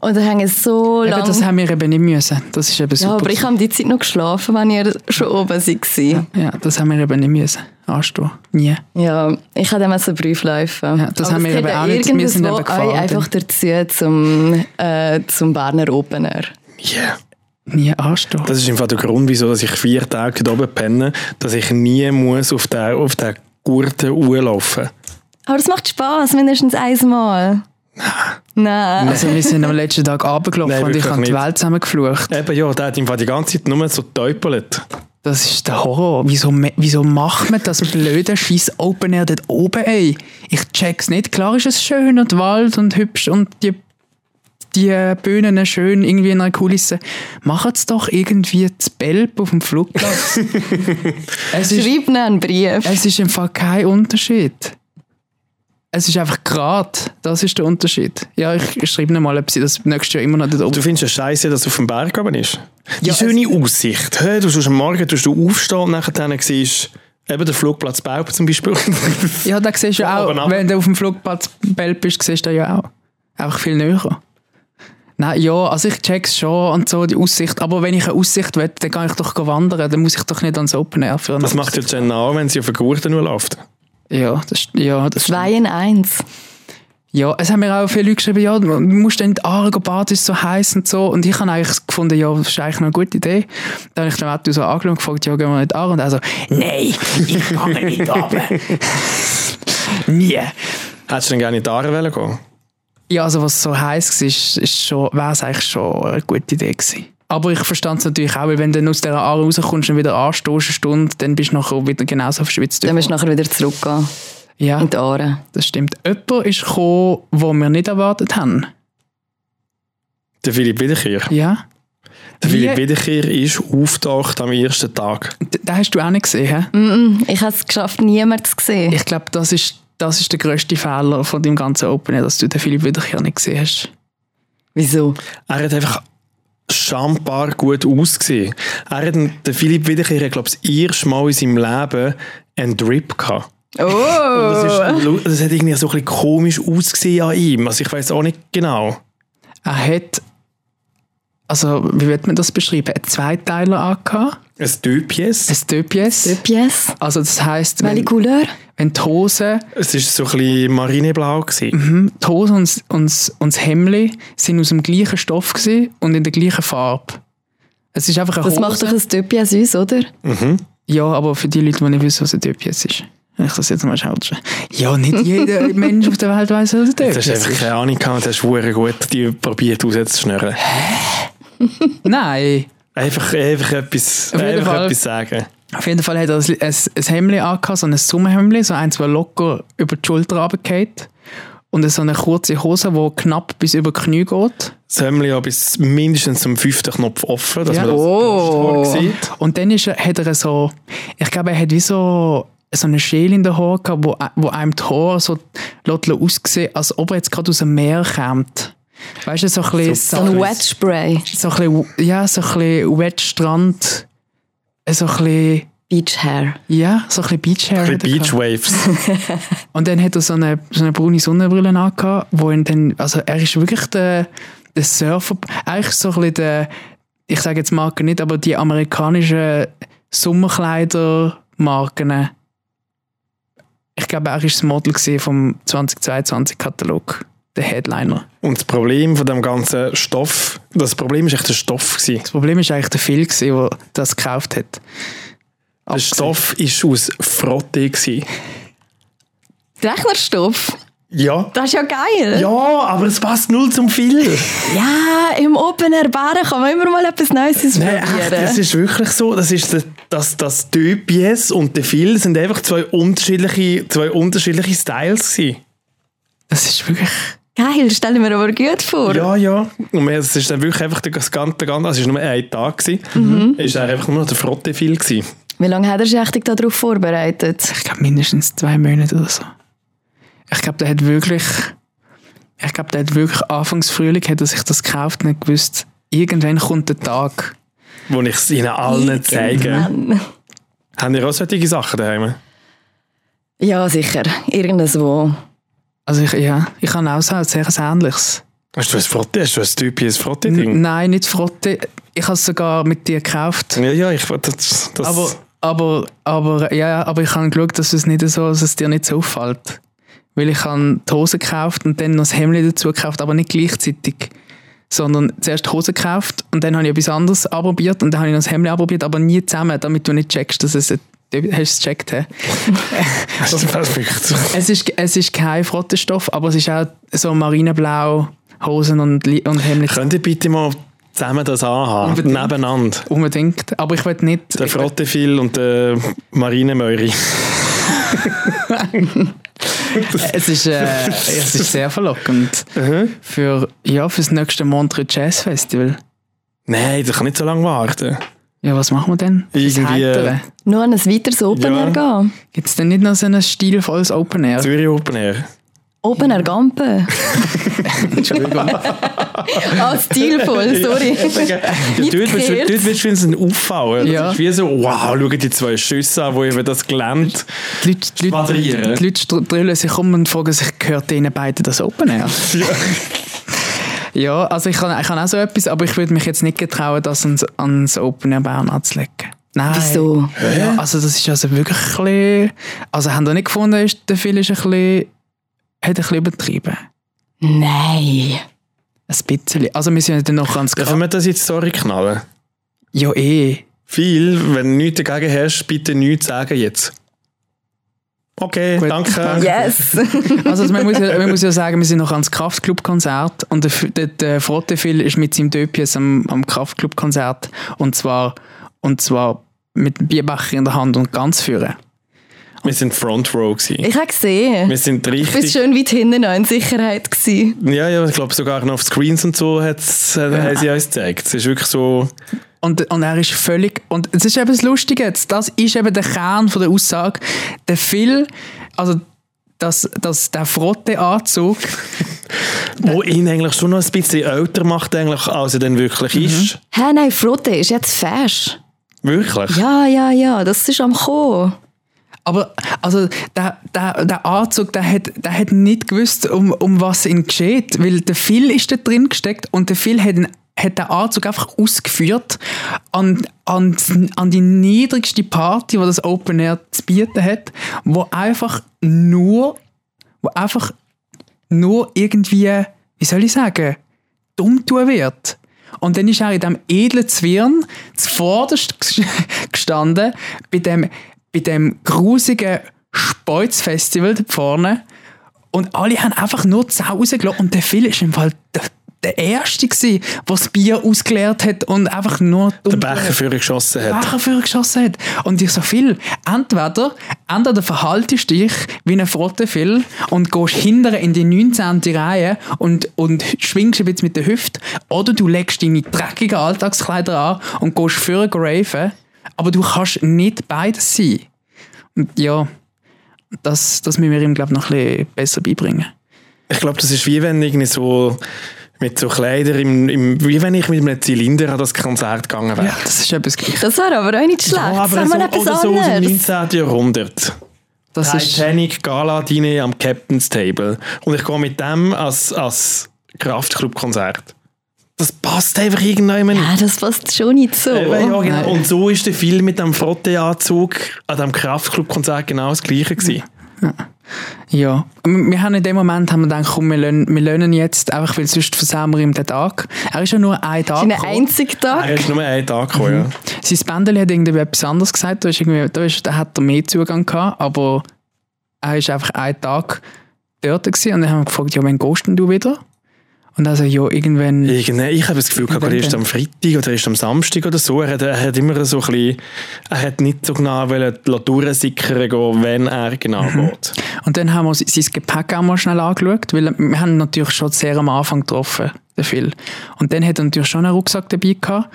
Und da hängen so Eben, lange... das haben wir eben nicht müssen. Das ist eben ja, super. aber ich habe die Zeit noch geschlafen, wenn ihr schon oben seid. Ja, Ja, das haben wir eben nicht müssen. Anstehen. Nie. ja ich habe dann einen Brief laufen. Ja, das Aber haben es wir eben gehört auch nicht. Wir irgendwas sind eben wo gefahren euch einfach dazu zum, äh, zum Berner Opener. Yeah. Nie anstehen. Das ist im Fall der Grund, wieso dass ich vier Tage hier oben penne, dass ich nie muss auf den, auf den Gurten hochlaufen muss. Aber es macht Spaß, mindestens einmal. Nein. Nein. also wir sind am letzten Tag runtergelaufen Nein, und ich wirklich habe die nicht. Welt zusammengeflucht. Eben ja, der hat im Fall die ganze Zeit nur so getäupelt. Das ist der Horror. Wieso, me- wieso macht man das blöde scheiß Open Air dort oben, ey? Ich check's nicht. Klar ist es schön und Wald und hübsch und die, die Bühnen schön irgendwie in einer Kulisse. Macht's doch irgendwie zu Belp auf dem Flugplatz. es ist Schreib ihnen einen Brief. Es ist im Fall kein Unterschied. Es ist einfach Grad. Das ist der Unterschied. Ja, ich schreibe ihnen mal, ob sie das nächstes Jahr immer noch dort Du oben findest es scheiße, dass du auf dem Berg oben ist. Die Ja, schöne Aussicht. Hey, du tust am Morgen tust du aufstehen und nachher dann siehst du eben den Flugplatz Baub zum Beispiel. Ja, da siehst du ja genau. oben auch, ab. wenn du auf dem Flugplatz Belp bist, siehst du ja auch. Einfach viel näher. Nein, ja, also ich check's schon und so, die Aussicht. Aber wenn ich eine Aussicht will, dann kann ich doch wandern. Dann muss ich doch nicht ans Open Air für eine das macht ja Aussicht. Jen auch, wenn sie auf den Gurten nur läuft. Ja, das, ist- ja, das stimmt. Zwei in eins. Ja, es haben mir auch viele Leute geschrieben, ja, du musst dann in die Aare gehen, baden, ist so heiß und so. Und ich habe eigentlich gefunden, ja, das ist eigentlich eine gute Idee. Dann habe ich den Matthew so angeschaut und gefragt, ja, gehen wir nicht in die Aare? Und er so, nein, ich gehe nicht runter. Nie. Hättest du denn gerne in die Aare wollen gehen Ja, also was so heiß war, ist, ist schon, wäre es eigentlich schon eine gute Idee gewesen. Aber ich verstand es natürlich auch, weil wenn du dann aus dieser Aare rauskommst und wieder anstehst, eine Stunde, dann bist du nachher wieder genauso verschwitzt. Dann musst du nachher wieder zurückgehen. Ja, In die Ohren. das stimmt. Jemand ist gekommen, den wir nicht erwartet haben. Der Philipp Wiederkehr. Ja. Der Wie- Philipp Wiederkehr ist aufgetaucht am ersten Tag. D- Den hast du auch nicht gesehen, hä? Mm-mm, Ich habe es geschafft, niemanden zu sehen. Ich glaube, das ist, das ist der grösste Fehler von dem ganzen Open Air, dass du den Philipp Wiederkehr nicht gesehen hast. Wieso? Er hat einfach schambar gut ausgesehen. Er hat den den Philipp Wiederkehr, glaube ich, das erste Mal in seinem Leben einen Drip gehabt. Oh! Das, ist, das hat irgendwie so ein bisschen komisch ausgesehen an ihm. Also ich weiß auch nicht genau. Er hat, also wie wird man das beschreiben, einen Zweiteiler angehabt, Ein Typies. ein Döpies. Yes. Also das heisst, Welche wenn, Couleur? wenn die Hose, Es war so ein bisschen marineblau. Gewesen. die Hose und, das- und, das- und das Hemdli sind aus dem gleichen Stoff gewesen und in der gleichen Farbe. Es ist einfach eine Das Hose. macht doch ein Typias uns, oder? Ja, aber für die Leute, die nicht wissen, was ein Döpies ist. Wenn Ich das jetzt mal schaue. Ja, nicht jeder Mensch auf der Welt weiß, was ein Du Döpies hast ist. einfach keine Ahnung gehabt und hast verdammt gut die probiert auszuschnüren. Nein. Einfach, einfach, etwas, Auf jeden einfach Fall. etwas sagen. Auf jeden Fall hat er ein, ein, ein Hemdli angehabt, so ein Sommerhemdli, so eins, das locker über die Schulter runtergeht. Und so eine kurze Hose, die knapp bis über die Knie geht. Das haben wir ja bis mindestens zum fünften Knopf offen, dass Ja. man das Oh. Brusthaar sieht. Und dann ist er, hat er so, ich glaube, er hat wie so, so eine Schäle in den Haaren gehabt, wo, wo einem die Haare so lässt aussehen, als ob er jetzt gerade aus dem Meer kommt. Weißt du, so ein bisschen, So ein so, Wet Spray. so ein bisschen, ja, so ein bisschen Wetstrand, so ein bisschen, Beach Hair. ja, so ein bisschen Beachhair. Ein hat er gehabt. Beach Waves. Und dann hat er so eine, so eine braune Sonnenbrille angehabt, wo ihn dann, also er ist wirklich der, der Surfer, eigentlich so ein bisschen der, ich sage jetzt Marke nicht, aber die amerikanischen Sommerkleidermarken. Ich glaube, er war das Model gewesen vom 2022-Katalog, der Headliner. Und das Problem von dem ganzen Stoff, das Problem ist echt der Stoff. Gewesen. Das Problem ist eigentlich der Phil, gewesen, der das gekauft hat. Der Stoff war aus Frotte. Gewesen. Rechnerstoff. Ja. Das ist ja geil. Ja, aber es passt null zum Film. Ja, im Open Air Bären kann man immer mal etwas Neues Nein, echt, das probieren. ist wirklich so. Das ist der- das, das Typ Yes und der Phil sind einfach zwei unterschiedliche, zwei unterschiedliche Styles gewesen. Das ist wirklich. Geil, stell ich mir aber gut vor. Ja, ja. Und wir- es ist dann wirklich einfach der ganze Tag, also es war nur ein Tag, gewesen. es war einfach nur noch der Frotte viel. Gewesen. Wie lange hat er sich eigentlich darauf vorbereitet? Ich glaube, mindestens zwei Monate oder so. Ich glaube, der hat wirklich. Ich glaube, der hat wirklich Anfangs Frühling hat er sich das gekauft und hat gewusst, irgendwann kommt der Tag. Wo ich es ihnen allen zeige. Irgendwann. Haben ihr auch solche Sachen daheim? Ja, sicher. Irgendwo. Also ich, ja, ich kann auch sagen, sehr ein ähnliches. Hast du ein Frotte? Hast du ein typisches N- Frotte-Ding? Nein, nicht Frotte. Ich habe es sogar mit dir gekauft. Ja, ja, ich das, das Aber, aber, aber, ja, aber ich habe geschaut, dass es nicht so, dass es dir nicht so auffällt. Weil ich habe die Hose gekauft und dann noch das Hemd dazu gekauft, aber nicht gleichzeitig. Sondern zuerst die Hose gekauft und dann habe ich etwas anderes probiert und dann habe ich noch das Hemd probiert, aber nie zusammen, damit du nicht checkst, dass es... Du hast es gecheckt, hä? Hast du das wirklich? Es ist, es ist kein Frottenstoff, aber es ist auch so marineblau, Hosen und, Li- und Hemd Könnt ihr bitte mal zusammen das anhaben? Unbedingt. Nebeneinander. unbedingt. Aber ich will nicht... Der ich will- Frottefil und der Marinemäuri. Es ist, äh, es ist sehr verlockend. Für, ja, für das nächste Montreux Jazz Festival. Nein, das kann nicht so lange warten. Ja, was machen wir denn? Irgendwie, äh, Nur an ein weiteres Open Air gehen. Gibt es denn nicht noch so ein stilvolles Open Air? Zürich Open Air. Open Air Gampen. Entschuldigung. Ah, stilvoll, sorry. Ja, dort wird Nicht dort wird wenigstens auffallen. Das Ja. ist wie so, wow, schau die zwei Schüsse an, die über das Gelände... Die Leute, die Leute, die Schwadrieren. Leute str- drüllen sich um und fragen sich, gehört ihnen beiden das Open Air? Ja. Ja, also ich kann, ich kann auch so etwas, aber ich würde mich jetzt nicht getrauen, das ans, ans Open Air Bern anzulegen. Nein. Wieso? Ja, also das ist also wirklich ein bisschen, Also haben wir nicht gefunden, ist, der Film ist ein bisschen... hat ein bisschen übertrieben. Nein. Ein bisschen. Also wir sind dann noch ans Dürfen wir das jetzt sorry knallen? Ja, eh. Viel, wenn du nichts dagegen hast, bitte nichts sagen jetzt. Okay, Gut. danke. Yes. Also man muss, ja, man muss ja sagen, wir sind noch ans Kraftclub-Konzert und der, F- der, der Frottefil ist mit seinem Döpies am, am Kraftclub-Konzert und zwar, und zwar mit dem Bierbecher in der Hand und ganz führen. Wir sind Front Row. Gewesen. Ich habe gesehen. Wir sind Du bist richtig... schön weit hinten noch in Sicherheit gewesen. Ja, ja, ich glaube sogar noch auf Screens und so hat's, äh, haben sie uns gezeigt. Es ist wirklich so... Und, und er ist völlig. Und es ist eben das Lustige jetzt. Das ist eben der Kern von der Aussage. Der Phil, also dass das, der Frotte-Anzug, Wo ihn eigentlich schon noch ein bisschen älter macht, eigentlich, als er dann wirklich Mhm. ist. Hä, nein, Frotte ist jetzt fesch. Wirklich? Ja, ja, ja, das ist am Kommen. aber also der, der, der Anzug, der hat, der hat nicht gewusst, um, um was ihm geschieht. Weil der Phil ist da drin gesteckt und der Phil hat, ihn- hat den Anzug einfach ausgeführt an, an, an die niedrigste Party, die das Open Air zu bieten hat, wo einfach nur wo einfach nur irgendwie, wie soll ich sagen, dumm tun wird. Und dann ist er in diesem edlen Zwirn zuvorderst ges- gestanden, bei dem, bei dem grusigen Speuzfestival da vorne. Und alle haben einfach nur die Sau rausgelassen. Und der Phil ist im Fall der, der Erste, gewesen, der das Bier ausgeleert hat und einfach nur Der dumm Becher für ihn geschossen hat. Becher für ihn geschossen hat. Und ich so viel, entweder, entweder verhaltest du dich wie ein Frottefil und gehst hinterher in die 19. Reihe und, und schwingst ein bisschen mit der Hüfte, oder du legst deine dreckigen Alltagskleider an und gehst für einen Graven, aber du kannst nicht beides sein. Und ja, das, das müssen wir ihm, glaube ich, noch ein bisschen besser beibringen. Ich glaube, das ist wie wenn irgendwie so mit so Kleidern, im, im, wie wenn ich mit einem Zylinder an das Konzert gegangen wäre. Ja, das ist etwas Gleiches. Das war aber auch nicht schlecht. Oh, Sag so, mal etwas oder so aus dem anderes. 19. Jahrhundert. Das ist, Titanic Gala Dine am Captain's Table. Und ich gehe mit dem als, als Kraftclub-Konzert. Das passt einfach irgendjemand nicht. Ja, das passt schon nicht so. Eben, ja, Nein. genau. Und so ist der Film mit dem Frotte-Anzug an dem Kraftclub-Konzert genau das gleiche gewesen. Ja, M- wir haben in dem Moment haben wir gedacht, komm, wir lernen, wir lernen jetzt, einfach weil sonst versauen wir ihm den Tag. Er ist ja nur einen Tag Deinen gekommen. einzigen Tag. Er ist nur einen Tag gekommen, ja. Sein Bändel hat irgendetwas anderes gesagt, da, ist irgendwie, da, ist, da hat er mehr Zugang gehabt, aber er ist einfach einen Tag dort gewesen und dann haben wir gefragt, ja, wann gehst denn du wieder? Und also, ja, irgendwann. Irgendein, ich habe das Gefühl, gehabt, er ist am Freitag oder er ist am Samstag oder so. Er hat, er hat immer so ein bisschen, er hat nicht so genau wollen, durchsickern gehen, wenn er genau geht. Und dann haben wir se- sein Gepäck auch mal schnell angeschaut, weil wir haben ihn natürlich schon sehr am Anfang getroffen, den Phil. Und dann hat er natürlich schon einen Rucksack dabei gehabt,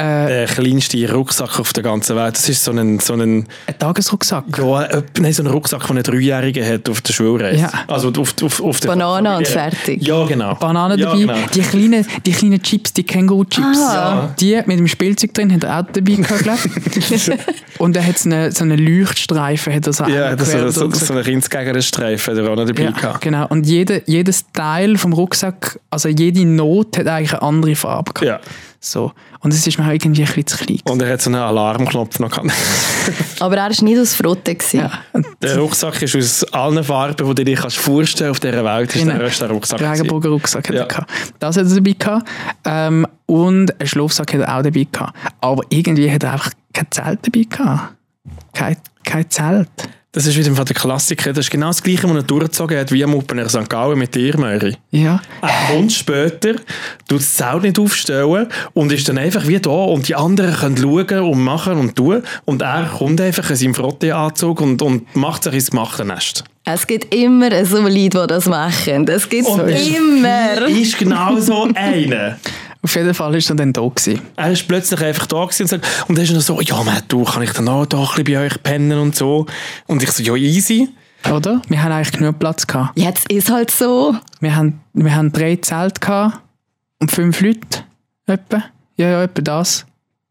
Der kleinste Rucksack auf der ganzen Welt. Das ist so ein, so ein, einen Tagesrucksack. ja, öpp- nein, so ein Rucksack, den ein Dreijähriger hat auf der Schulreise. Ja. Also auf, auf, auf der Banane und fertig. Ja, genau. Bananen ja, dabei, Genau. die, kleinen, die kleinen Chips, die Känguru-Chips, Ah. die mit dem Spielzeug drin, hat er auch dabei gehabt, glaub ich. Und er hat so einen, so einen Leuchtstreifen, hat er so Ja, das quer war durch den so, so ein Kindsgegenstreifen, der auch noch dabei Ja, gehabt. genau. Und jede, jedes Teil vom Rucksack, also jede Note hat eigentlich eine andere Farbe gehabt. Ja. So. Und es ist mir auch irgendwie ein bisschen zu klein. Und er hat so einen Alarmknopf noch gehabt. Aber er war nicht aus Frotte. Ja. ja. Und Der Rucksack ist aus allen Farben, die du dir kannst vorstellen auf dieser Welt, ist Genau. der erste Rucksack. gewesen. Regenbogen Rucksack hat Ja. er gehabt. Das hat er dabei gehabt. Ähm, und einen Schlafsack hat er auch dabei gehabt. Aber irgendwie hat er einfach kein Zelt dabei gehabt. Kein, kein Zelt. Das ist wieder im Fall der Klassiker. Das ist genau das Gleiche, was er durchgezogen hat, wie am Opener St. Gallen mit dir, Möri. Ja. Er kommt später, tut das Zelt nicht aufstellen und ist dann einfach wie da und die anderen können schauen und machen und tun und er kommt einfach in seinem Frotteanzug und, und macht sich ins Machennest. Es gibt immer so Leute, die das machen. Es gibt Und Oh, ist- immer. Ist genau so einer. Auf jeden Fall ist er dann da gewesen. Er ist plötzlich einfach da gewesen und sagt, und er ist noch so, ja, Matt, du, kann ich dann auch da ein bisschen bei euch pennen und so. Und ich so, ja, easy. Oder? Wir haben eigentlich genug Platz gehabt. Jetzt ist halt so. Wir haben, wir haben drei Zelte gehabt und fünf Leute. Etwa. Ja, ja, etwa das.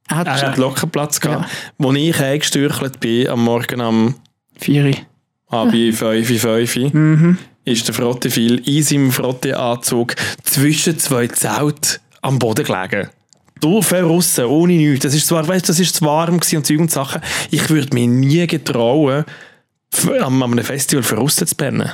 Er hat, Er hat locker Platz gehabt. Ja. Wo ich eingestürchelt bin, am Morgen am Vieri. Abi 5, 5, ist der Frotte viel in seinem Frotteanzug zwischen zwei Zelt am Boden gelegen. Du verrissen, ohne nichts. Das ist zwar, weißt, das ist zu warm gewesen und Zeug und Sachen. Ich würde mir nie getrauen, f- am, am einem Festival verrissen zu pennen.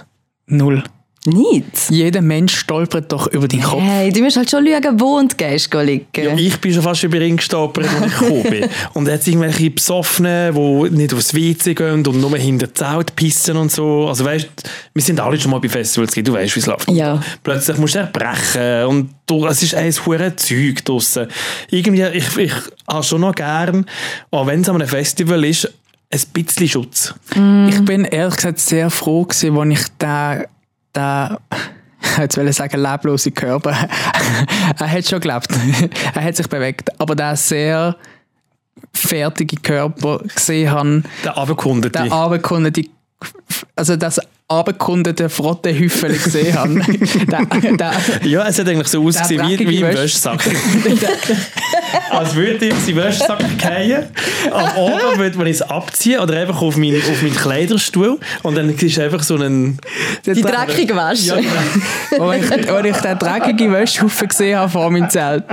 Null. Nicht. Jeder Mensch stolpert doch über den Kopf. Hey, du musst halt schon schauen, wo und gehst gehen liegen. Ich bin schon fast über ihn gestolpert, als ich gekommen bin. Und jetzt irgendwelche Besoffenen, die nicht aufs WC gehen und nur hinter die Zelt pissen und so. Also weißt, wir sind alle schon mal bei Festivals gewesen, du weißt, wie es läuft. Ja. Plötzlich musst du erbrechen und du, es ist ein hure Zeug draussen. Irgendwie, ich, ich habe schon noch gern, auch wenn es an einem Festival ist, ein bisschen Schutz. Ich bin ehrlich gesagt sehr froh, gewesen, als ich den, den jetzt will ich sagen, leblose Körper. er hat schon gelebt. er hat sich bewegt. Aber den sehr fertige Körper gesehen habe, Der Abendkundete. den abgekundete, also das abgekundete Frottehüffel gesehen habe. den, den, Ja, es hat eigentlich so ausgesehen wie, dreckige wie im Wäsche. Wäschsack. Als würde ich seinen Wäschsack fallen. Am Oben würde man es abziehen oder einfach auf meinen, auf meinen Kleiderstuhl. Und dann ist einfach so ein... Die dreckige Wäsche. als ich, als ich den dreckigen Wäschhaufen gesehen habe vor meinem Zelt.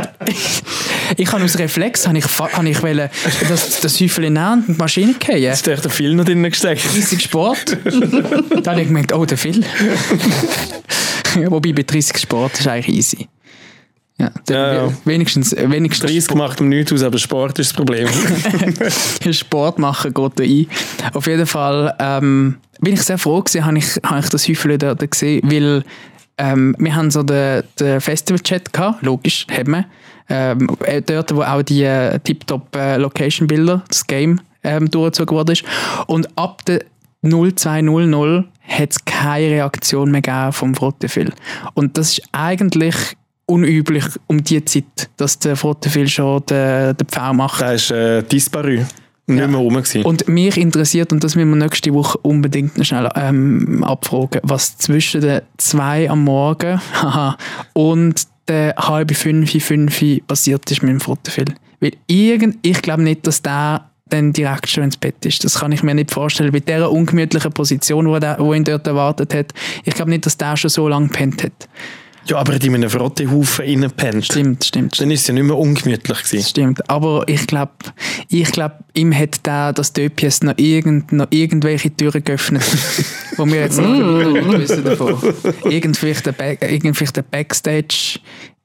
Ich habe aus Reflex, habe ich, fa- habe ich wollte das, das Häufchen nehmen und in die Maschine fallen. Ist echt viel noch drin gesteckt. Riesig Sport. da habe ich gemerkt, oh, der Phil. Wobei bei 30 Sport ist eigentlich easy. Ja, Ja, ja. Wenigstens, äh, wenigstens 30 macht um nichts aus, aber Sport ist das Problem. Sport machen geht da ein. Auf jeden Fall ähm, bin ich sehr froh gewesen, habe ich, habe ich das Häufchen da, da gesehen, weil ähm, wir haben so den, den Festival-Chat gehabt, logisch, haben wir. Ähm, äh, dort, wo auch die äh, Tip-Top-Location-Bilder, das Game, ähm, durchgezogen worden ist. Und ab der 0200 hat es keine Reaktion mehr gegeben vom Frottefil. Und das ist eigentlich unüblich um die Zeit, dass der Frottefil schon den, den Pfau macht. da ist äh, Disparu. Nicht mehr rum gewesen. Und mich interessiert, und das müssen wir nächste Woche unbedingt noch schnell ähm, abfragen, was zwischen den 2 am Morgen haha, und der halbe 5, 5 passiert ist mit dem Fotofilm. Weil irgend, ich glaube nicht, dass der dann direkt schon ins Bett ist. Das kann ich mir nicht vorstellen. Bei dieser ungemütlichen Position, wo, der, wo ihn dort erwartet hat, ich glaube nicht, dass der schon so lange pennt hat. Ja, aber die mit einem Frottehaufen reinpennt. Stimmt, stimmt, stimmt. Dann ist es ja nicht mehr ungemütlich gewesen. Stimmt, aber ich glaube, ich glaub, ihm hat der, das Döpjes noch, irgend, noch irgendwelche Türen geöffnet, wo wir jetzt noch nicht wissen davon. Irgend vielleicht ein, Back, irgend vielleicht ein Backstage,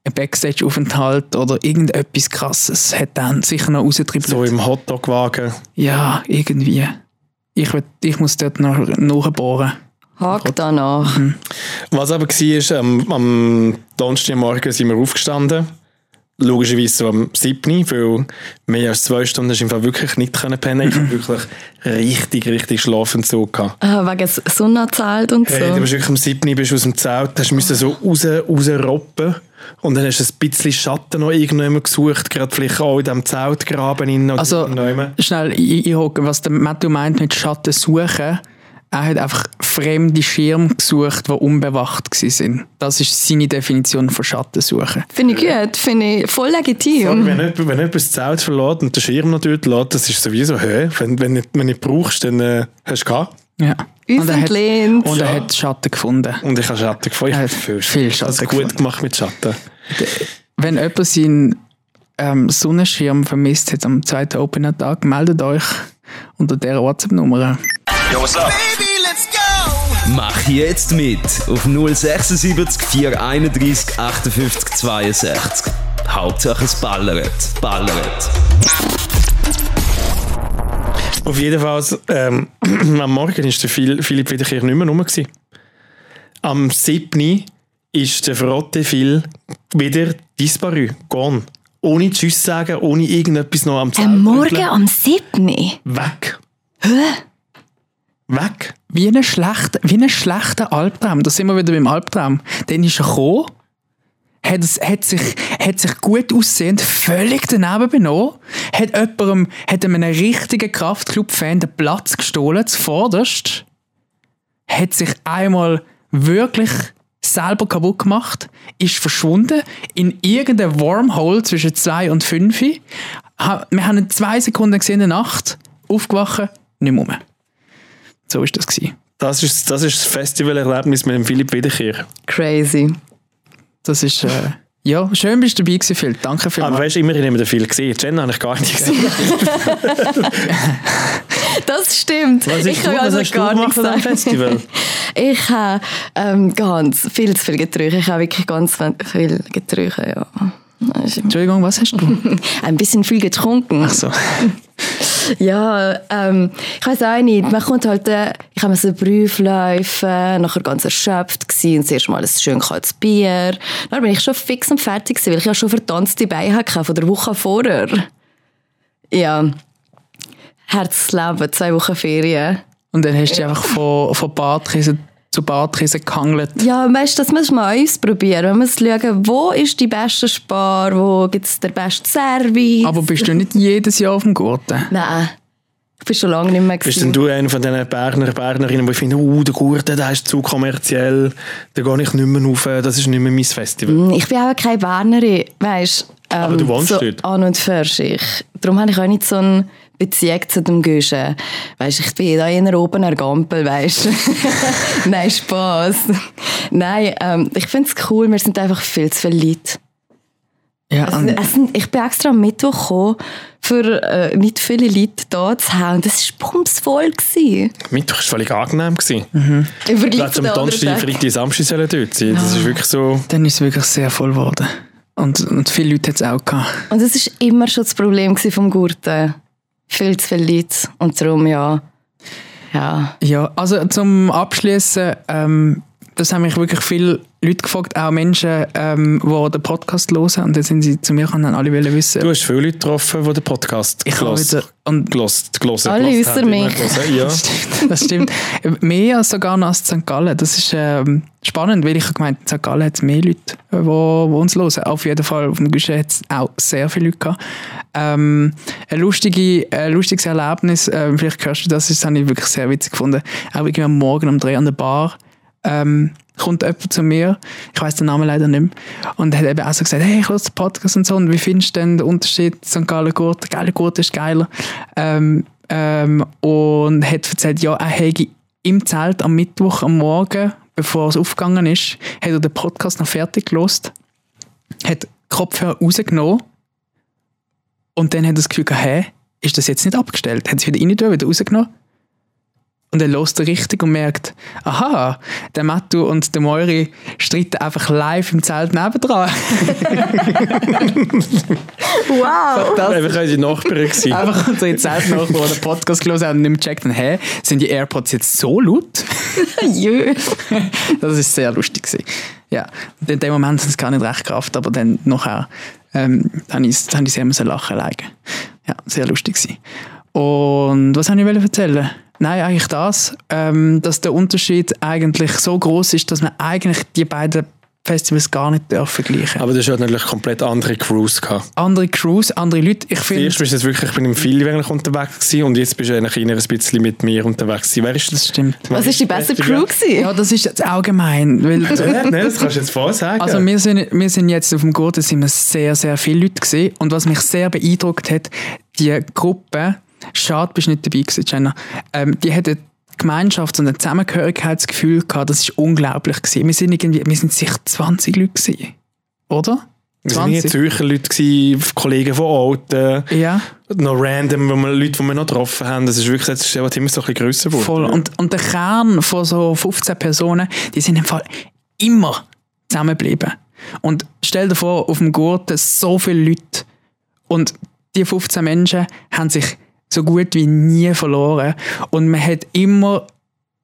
ein Backstage-Aufenthalt oder irgendetwas Krasses hat dann sicher noch rausgetrieben. So im Hotdog-Wagen. Ja, irgendwie. Ich, will, ich muss dort noch nachbohren. Mhm. Hakt danach. Was aber war, am, am Donnerstagmorgen sind wir aufgestanden. Logischerweise so am 7. Weil mehr als zwei Stunden ist im Fall wirklich nicht können pennen. Ich habe wirklich richtig, richtig Schlafentzug gehabt. Ah, wegen S- Sonnenzelt und so. Hey, du bist wirklich am 7. bist aus dem Zelt, hast müssen so raus, rausroppen und dann hast du ein bisschen Schatten noch irgendjemand gesucht, gerade vielleicht auch in diesem Zeltgraben. innen oder Also, irgendjemand. schnell, ich, ich hocke, was der Matthew meint mit Schatten suchen. Er hat einfach fremde Schirme gesucht, die unbewacht waren. Das ist seine Definition von Schatten suchen. Finde ich gut, finde ich voll legitim. Sorry, wenn, jemand, wenn jemand das Zelt verlässt und den Schirm noch dort lässt, das ist sowieso höher. Wenn, wenn, nicht, wenn du nicht brauchst, dann äh, hast du gehabt. Ja. Und er hat, Entlehnt. und er hat Schatten gefunden. Und ich habe Schatten gefunden. Ich Er habe hat viel Schatten Also gut gefunden. gemacht mit Schatten. Wenn jemand seinen ähm, Sonnenschirm vermisst hat am zweiten Opener-Tag, meldet euch unter dieser WhatsApp-Nummer. Yo, what's up? Mach jetzt mit auf 076 431 58 62. Hauptsache es ballert, ballert. Auf jeden Fall, ähm, am Morgen war der Phil- Philipp Wiederkehr nicht mehr rum. gewesen. Am 7. ist der verrotte Phil wieder disparu, gone. Ohne Tschüss sagen, ohne irgendetwas noch am Zelt. Am Morgen am 7. Weg. Weg. Wie ein schlechter, wie ein schlechter Albtraum. Da sind wir wieder beim Albtraum. Dann ist er gekommen, hat, es, hat, sich, hat sich gut aussehend völlig daneben benommen, hat jemandem, hat einem richtigen Kraftclub-Fan den Platz gestohlen, zuvorderst, hat sich einmal wirklich selber kaputt gemacht, ist verschwunden in irgendeinem Wormhole zwischen 2 und 5. Ha- Wir haben ihn zwei Sekunden gesehen in der Nacht, aufgewacht, nicht mehr. rum. So war das. Gewesen. Das ist, das ist das Festivalerlebnis mit dem Philipp Wiederkehr. Crazy. Das ist, äh, ja, schön bist du dabei gewesen, Phil. Danke Aber vielmals. weißt du, immerhin haben wir den Phil gesehen. Jen habe ich gar nicht gesehen. Das stimmt. Was, ist ich du, kann was also hast du gar gemacht nichts an diesem sagen. Festival? Ich habe ähm, ganz viel zu viel getrunken. Ich habe wirklich ganz viel getrunken, ja. Das ist- Entschuldigung, was hast du? Ein bisschen viel getrunken. Ach so. Ja, ähm, ich weiß auch nicht. Man kommt halt, äh, ich habe so Prüf laufen, nachher ganz erschöpft gewesen, und zuerst mal ein schön kaltes Bier. Dann bin ich schon fix und fertig gewesen, weil ich ja schon vertanzte Beine hatte von der Woche vorher. Ja. Herzleben, zwei Wochen Ferien. Und dann hast du dich einfach von, von Badkrise zu Badkrise gehangelt. Ja, weißt, du, das müssen wir auch ausprobieren. Wir müssen schauen, wo ist die beste Spar, wo gibt es den besten Service. Aber bist du nicht jedes Jahr auf dem Gurten? Nein, ich bin schon lange nicht mehr Bist denn du einer von diesen Berner, Bernerinnen, die finden, oh, der Gurten, der ist zu kommerziell, da gehe ich nicht mehr rauf, das ist nicht mehr mein Mhm. Festival. Ich bin auch keine Bernerin, weißt ähm, Aber du wohnst so dort. An und für sich. Darum habe ich auch nicht so einen Bezug zu dem Güschen. Weißt ich bin da eher oben an der Gampel, weißt Nein, Spaß. Nein, ähm, ich finde es cool, wir sind einfach viel zu viele Leute. Also Ja, ne- und, Es sind, ich bin extra am Mittwoch gekommen, für äh, nicht viele Leute da zu haben. Und Das war bumsvoll. gewesen. Mittwoch war völlig angenehm. gewesen. Mhm. Im Du Vergleich zu zum den anderen Donnerstag, Tagen. Freitag, Samstag sollen dort sein. Das ist Ah. wirklich so. dann ist es wirklich sehr voll geworden. Und, und viele Leute hat es auch gehabt. Und das war immer schon das Problem gewesen vom Gurten. Viel zu viele Leute. Und darum, ja. Ja. Ja, also zum Abschließen, ähm, das haben mich wirklich viele Leute gefragt, auch Menschen, ähm, die den Podcast hören. Und dann sind sie zu mir gekommen und haben alle wollen wissen. Du hast viele Leute getroffen, die den Podcast ich habe gelost- wieder, und gelost- gelost- Alle gelost ausser haben, mir. immer gelost- Ja. Das stimmt, das stimmt. mehr als sogar noch als St. Gallen. Das ist ähm, spannend, weil ich habe gemeint, in St. Gallen hat es mehr Leute, die uns hören. Auf jeden Fall, auf dem Guichet hat es auch sehr viele Leute gehabt. Ähm, ein, lustige, ein lustiges Erlebnis, ähm, vielleicht hörst du das, das habe ich wirklich sehr witzig gefunden. Auch irgendwie am Morgen um drei an der Bar ähm, kommt jemand zu mir, ich weiß den Namen leider nicht mehr, und hat eben auch so gesagt, hey, ich höre den Podcast und so, und wie findest du denn den Unterschied St. Gallen Gurt, Gallen Gurt ist geiler, ähm, ähm, und hat erzählt, ja, er hätte im Zelt am Mittwoch am Morgen, bevor es aufgegangen ist, hat er den Podcast noch fertig gelost, hat Kopfhörer rausgenommen und dann hat er das Gefühl gehabt, hä, ist das jetzt nicht abgestellt? Hat es wieder rein, tun, wieder rausgenommen Und er hört richtig und merkt, aha, der Mattu und der Moiri streiten einfach live im Zelt nebendran. Wow! Das Einfach unsere Nachbarin gewesen. Einfach unsere Zeit nach, wo den Podcast gelesen haben und nicht mehr gecheckt haben, hä, sind die AirPods jetzt so laut? Jö. das ist sehr lustig gewesen. Ja, Und in dem Moment haben sie gar nicht recht gerafft, aber dann nachher ähm, haben sie haben sie sehr müssen lachen legen. Ja, sehr lustig gewesen. Und was wollte ich erzählen? Nein, eigentlich das, ähm, dass der Unterschied eigentlich so groß ist, dass man eigentlich die beiden Festivals gar nicht dürfen vergleichen. Aber das hat natürlich komplett andere Crews gehabt. andere Crews, andere Leute, ich finde... Zuerst bist du jetzt wirklich, ich bin im Philipp eigentlich unterwegs gewesen und jetzt bist du eigentlich eher ein bisschen mit mir unterwegs gewesen. Wer ist Das das? stimmt. Was war die beste Crew? Gewesen? Ja, das ist jetzt allgemein. Weil, Nein, das kannst du jetzt voll sagen. also wir sind, wir sind jetzt auf dem Gurten, sind wir sehr, sehr viele Leute gewesen. Und was mich sehr beeindruckt hat, die Gruppe, schade, bist du nicht dabei gewesen, Jenna, ähm, die hat ein Gemeinschafts- und ein Zusammengehörigkeitsgefühl gehabt, das ist unglaublich gewesen. Wir sind irgendwie, wir sind sicher 20 Leute gewesen, oder? wir waren nicht 20? Zürcher Leute, gewesen, Kollegen von Alten, Ja, noch random, wo wir, Leute, die wir noch getroffen haben. Das ist wirklich, das ist einfach immer so ein bisschen grösser geworden. voll. Und, und der Kern von so 15 Personen, die sind im Fall immer zusammengeblieben. Und stell dir vor, auf dem Gurten so viele Leute Und die 15 Menschen haben sich so gut wie nie verloren. Und man hat immer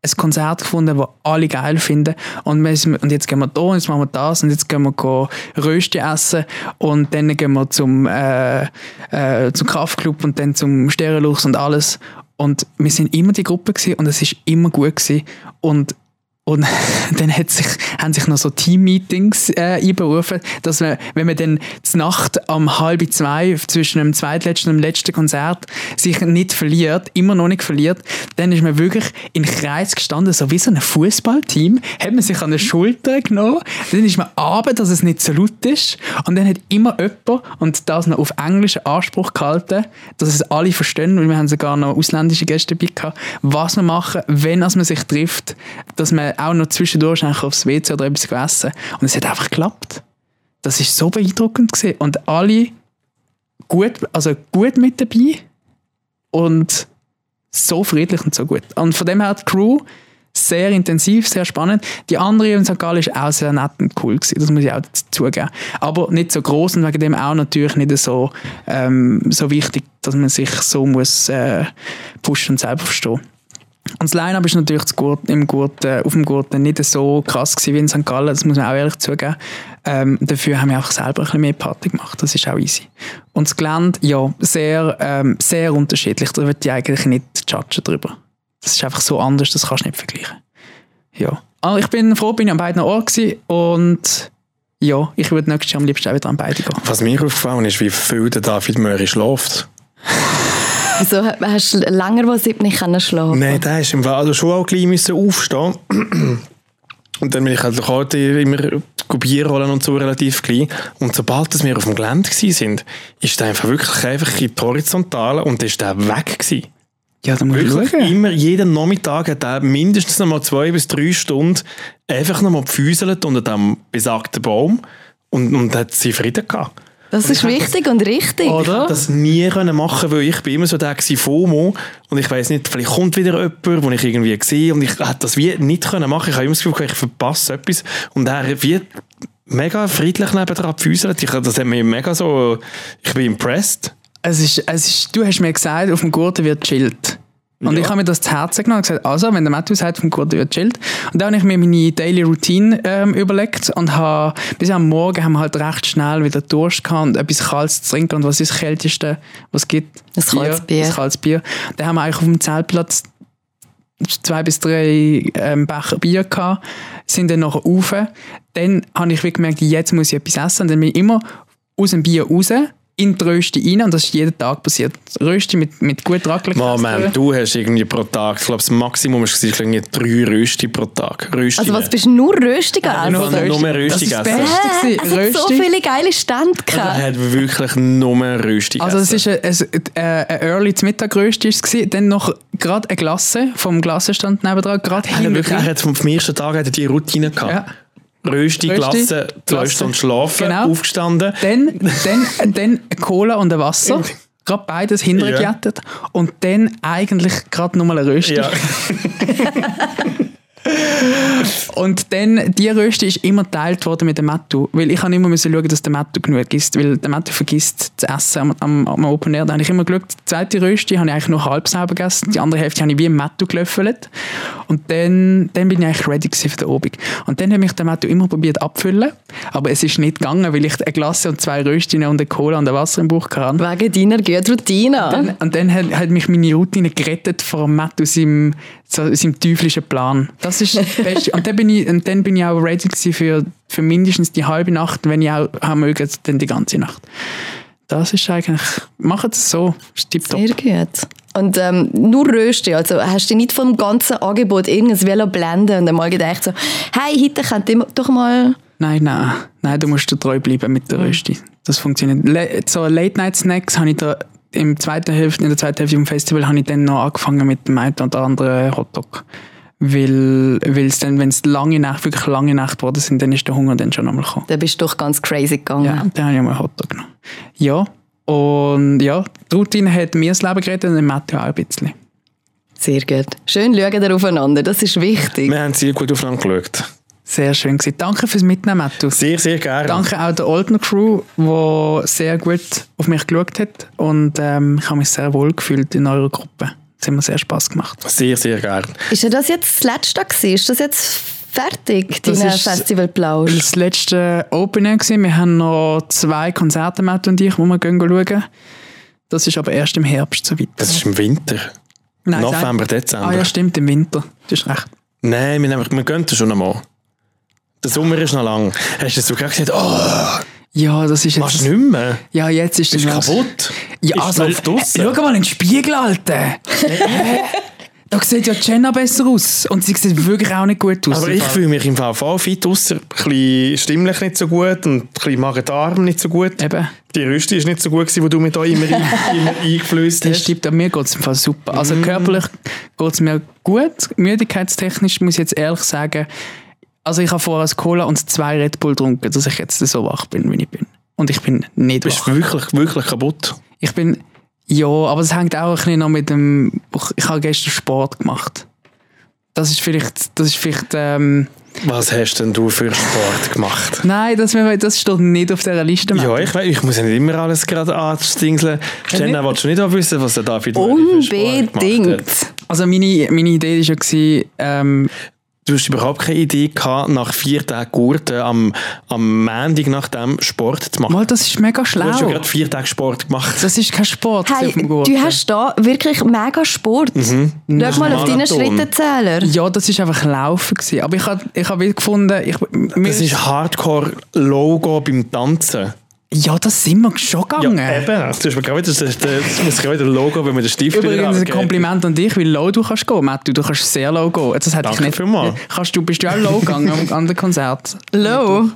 ein Konzert gefunden, das alle geil finden. Und, man ist, und jetzt gehen wir da, und jetzt machen wir das, und jetzt gehen wir go Rösti essen. Und dann gehen wir zum, äh, äh, zum Kraftclub und dann zum Stereolux und alles. Und wir sind immer die Gruppe gewesen, und es ist immer gut gewesen. Und und dann hat sich, haben sich noch so Team-Meetings äh, einberufen, dass man, wenn man dann zur Nacht am halb zwei zwischen dem zweitletzten und dem letzten Konzert sich nicht verliert, immer noch nicht verliert, dann ist man wirklich in Kreis gestanden, so wie so ein Fußballteam, hat man sich an der Schulter genommen, dann ist man aber, dass es nicht so laut ist und dann hat immer jemand, und das noch auf englischen Anspruch gehalten, dass es alle verstehen, weil wir haben sogar noch ausländische Gäste dabei gehabt, was wir machen, wenn als man sich trifft, dass man auch noch zwischendurch einfach aufs WC oder etwas gegessen. Und es hat einfach geklappt. Das ist so beeindruckend gewesen. und alle gut, also gut mit dabei und so friedlich und so gut. Und von dem her die Crew sehr intensiv, sehr spannend. Die andere in St. Gallen ist auch sehr nett und cool gewesen, das muss ich auch zugeben. Aber nicht so groß und wegen dem auch natürlich nicht so, ähm, so wichtig, dass man sich so muss äh, pushen und selber verstehen. Und das Line-Up ist natürlich das Gurt, im Gurten, auf dem Gurten nicht so krass gewesen wie in St. Gallen, das muss man auch ehrlich zugeben. Ähm, dafür haben wir auch selber ein bisschen mehr Party gemacht, das ist auch easy. Und das Gelände, ja, sehr, ähm, sehr unterschiedlich, da wird ich eigentlich nicht judgen drüber. Das ist einfach so anders, das kannst du nicht vergleichen. Ja. Aber ich bin froh, bin ich an beiden Orten gewesen und ja, ich würde nächstes Jahr am liebsten auch wieder an beide gehen. Was mir aufgefallen ist, wie viel der David Möri schläft. Wieso hast du länger als sieben nicht können schlafen? Nein, der ist im Fall, also schon auch gleich müssen aufstehen. Und dann bin ich halt auch heute immer Bier holen und so relativ klein. Und sobald dass wir auf dem Gelände gewesen sind, ist der einfach wirklich einfach in die Horizontale und ist der weg gewesen. Ja, dann muss ich Wirklich schauen. immer, jeden Nachmittag hat er mindestens noch mal zwei bis drei Stunden einfach noch mal gefüßelt unter dem besagten Baum und, und hat sie Frieden gehabt. Das ist wichtig und richtig. Ich hab das nie können machen, weil ich bin immer so der gewesen, FOMO und ich weiß nicht, vielleicht kommt wieder jemand, den ich irgendwie sehe und ich hätte das wie nicht können machen. Ich habe immer das Gefühl, ich verpasse etwas und er wie mega friedlich nebendran gefüßelt. Ich- Das hat mich mega so, ich bin impressed. Es ist, es ist, du hast mir gesagt, auf dem Gurten wird chillt. Und ich habe mir das zu Herzen genommen und gesagt, also, wenn der Matthew sagt, auf dem Gurten wird chillt. Und dann habe ich mir meine Daily Routine ähm, überlegt und habe, bis am Morgen haben wir halt recht schnell wieder Durst gehabt und etwas Kaltes zu trinken. Und was ist das Kälteste, was es gibt? Ein kaltes Bier. Ein kaltes Bier. Dann haben wir eigentlich auf dem Zeltplatz zwei bis drei ähm, Becher Bier gehabt, sind dann nachher rauf. Dann habe ich wie gemerkt, jetzt muss ich etwas essen. Und dann bin ich immer aus dem Bier raus, in die Rösti rein. Und das ist jeden Tag passiert. Rösti mit, mit gut Raclette. Moment, du hast irgendwie pro Tag, ich glaube das Maximum ist gewesen, irgendwie drei Rösti pro Tag. Rösti. Also was bist du nur Also Rösti gegessen? nur Rösti. Das ist das gegessen. Beste Hä? Also, gewesen. Es hat so Rösti. viele geile Stände er gehabt. hat wirklich nur Rösti Also es gegessen. ist ein, ein, ein Early zum Mittag Rösti ist es gewesen. Dann noch gerade eine Glasse vom Glassenstand nebendran, gerade Er hat hinten. wirklich, er hat vom ersten Tag hat er die Routine gehabt. Ja. Rösti, Rösti, Glasse, zwei Glasse. Stunden schlafen, Genau. aufgestanden. Dann, dann, dann eine Cola und ein Wasser. gerade beides hintergejettet und dann eigentlich gerade nochmal eine Rösti. Ja. Und dann, die Rösti ist immer geteilt worden mit dem Mattu, weil ich habe immer müssen schauen, dass der Mattu genug isst, weil der Mattu vergisst zu essen am, am, am Open Air. Da habe ich immer geschaut, die zweite Rösti habe ich eigentlich nur halb selber gegessen, die andere Hälfte habe ich wie im Mattu gelöffelt und dann, dann bin ich eigentlich ready gewesen für den Obig. Und dann habe ich den Mattu immer probiert abfüllen, aber es ist nicht gegangen, weil ich eine Glasse und zwei Röstinnen und eine Cola und ein Wasser im Bauch hatte. Wegen deiner guten Routine. Dann, und dann hat, hat mich meine Routine gerettet vor Matt aus seinem, so, seinem teuflischen Plan. Das ist das Beste. und, dann bin ich, und dann bin ich auch ready gewesen für, für mindestens die halbe Nacht, wenn ich auch haben möge, dann die ganze Nacht. Das ist eigentlich, macht es so, ist tipptopp. Sehr gut. Und ähm, nur Rösti, also hast du dich nicht vom ganzen Angebot irgendwas wollen blenden und einmal gedacht so, hey, heute könnt ihr doch mal... Nein, nein, nein, du musst dir treu bleiben mit der Rösti. Das funktioniert. Le so Late-Night-Snacks habe ich da im zweiten Hälfte, in der zweiten Hälfte vom Festival habe ich dann noch angefangen mit dem einen und anderen Hotdog. Weil es dann, wenn es lange Nacht, wirklich lange Nacht geworden sind, dann ist der Hunger dann schon einmal gekommen. Dann bist du doch ganz crazy gegangen. Ja, dann habe ich einmal Hotdog genommen. Ja, und ja, die Routine hat mir das Leben gerettet und den Matteo auch ein bisschen. Sehr gut. Schön schauen ihr aufeinander, das ist wichtig. Wir haben sehr gut aufeinander geschaut. Sehr schön gewesen. Danke fürs Mitnehmen, Matteo. Sehr, sehr gerne. Danke auch der Oldner Crew, die sehr gut auf mich geschaut hat. Und ähm, ich habe mich sehr wohl gefühlt in eurer Gruppe. Es hat mir sehr Spaß gemacht. Sehr, sehr gerne. Ist ja das jetzt das letzte gewesen? Ist das jetzt fertig, Das dein ist- Festivalplausch? Das letzte Open Air gewesen. Wir haben noch zwei Konzerte, Matt und ich, wo wir gehen schauen. Das ist aber erst im Herbst soweit. Das ist im Winter. Nein, November, sag- Dezember. Ah ja, stimmt, im Winter. Du hast recht. Nein, wir, nehmen, wir gehen da schon einmal. Der Sommer ist noch lang. Hast du das wirklich gesagt, oh, Ja, das ist machst jetzt... du nicht mehr? Ja, jetzt ist Ist das kaputt. Ja, ist also, Luft draussen. schau mal in den Spiegel, Alter. Hä? da sieht ja Jenna besser aus. Und sie sieht wirklich auch nicht gut aus. Aber Im ich Fall. fühle mich im Fall voll fit, ausser ein bisschen stimmlich nicht so gut und ein bisschen Magen-Darm nicht so gut. Eben. Die Rüste ist nicht so gut, gewesen, die du mir da immer, ein- immer eingeflößt Das hast. stimmt, an mir geht es im Fall super. Also Mhm. körperlich geht es mir gut. Müdigkeitstechnisch muss ich jetzt ehrlich sagen, also ich habe vorher ein Cola und zwei Red Bull getrunken, dass ich jetzt so wach bin, wie ich bin. Und ich bin nicht Du bist wach. wirklich, wirklich kaputt. Ich bin, ja, aber es hängt auch ein bisschen noch mit dem, ich habe gestern Sport gemacht. Das ist vielleicht, das ist vielleicht, ähm, Was hast denn du für Sport gemacht? nein, das, das steht nicht auf dieser Liste. Mann. Ja, ich, weiß, ich muss ja nicht immer alles gerade anstingseln. Jenna, willst du nicht auch wissen, was der David Möri für Sport gemacht hat? Unbedingt. Also meine, meine Idee war ja, gewesen, ähm, Du hast überhaupt keine Idee gehabt, nach vier Tagen Gurten am, am Montag nach dem Sport zu machen. mal, das ist mega Du hast ja schlau. gerade vier Tage Sport gemacht. Das ist kein Sport Hey, auf dem Gurten. du hast da wirklich mega Sport. Mhm. Schau mal auf deinen Marathon. Schrittezähler. Ja, das war einfach Laufen. Gewesen. Aber ich habe ich hab wie gefunden, ich, mir Das ist Hardcore-Logo beim Tanzen. ja, das sind wir schon gegangen. eben. Du hast mir gerade wieder, das, das, das, gerade wieder Logo, wenn man den Stift Übrigens ein abgeht. Kompliment an dich, weil low du kannst gehen, Matt, du kannst sehr low gehen. Das hätte Danke ich nicht. vielmals. Kannst du, bist du auch low gegangen am- an den Konzert? Low.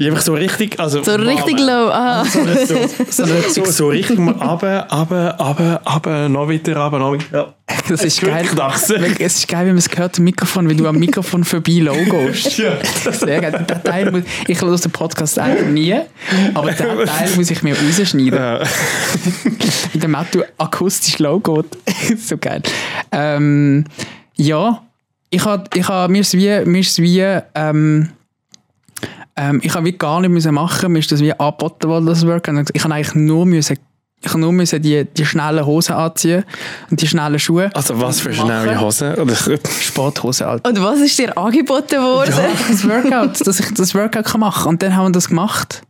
Ja, einfach so richtig. Also, So richtig low. Aha. So, so, so richtig mal runter, runter, runter, runter, noch weiter, runter, noch weiter. Ja. Das ist geil. Knachse. Wirklich, Es ist geil, wenn man es hört am Mikrofon, weil du am Mikrofon vorbei low gehst. Ja. Sehr geil. Der Teil muss, ich höre den Podcast eigentlich nie, aber den Teil muss ich mir rausschneiden. Ja. in dem Matto akustisch low geht. so geil. Ähm, ja, ich hab, ich hab, mir ist wie, mir ist wie, ähm, ähm, ich habe wie gar nicht müssen machen, mir ist das wie angeboten worden, das Workout. Ich habe eigentlich nur müssen, ich hab nur müssen die, die schnellen Hosen anziehen und die schnellen Schuhe. Also, was für Machen. schnelle Hosen. Oder- Sporthosen halt. Und was ist dir angeboten worden? das Workout, dass ich das Workout kann machen kann. Und dann haben wir das gemacht.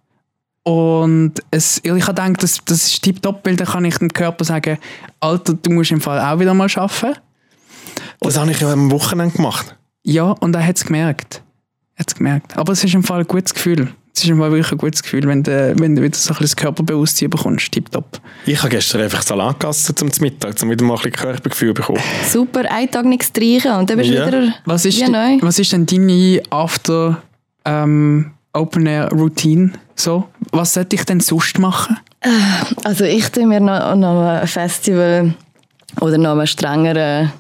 Und es, ich habe gedacht, das, das ist tipptopp, weil dann kann ich dem Körper sagen, Alter, du musst im Fall auch wieder mal arbeiten. Das habe ich ja am Wochenende gemacht. Ja, und er hat es gemerkt. Er hat's gemerkt. Aber es ist im Fall ein gutes Gefühl. Es ist im Fall wirklich ein gutes Gefühl, wenn du, wenn du wieder so ein bisschen das Körperbewusstsein bekommst, tipptopp. Ich habe gestern einfach Salat gegessen zum Mittag, um wieder mal ein bisschen Körpergefühl zu bekommen. Super, einen Tag nichts streichen und dann bist du Ja. wieder... Was ist, Ja, di- neu. was ist denn deine After ähm, Open Air Routine? So, was sollte ich denn sonst machen? Also ich tue mir noch, noch ein Festival oder noch einen strengeren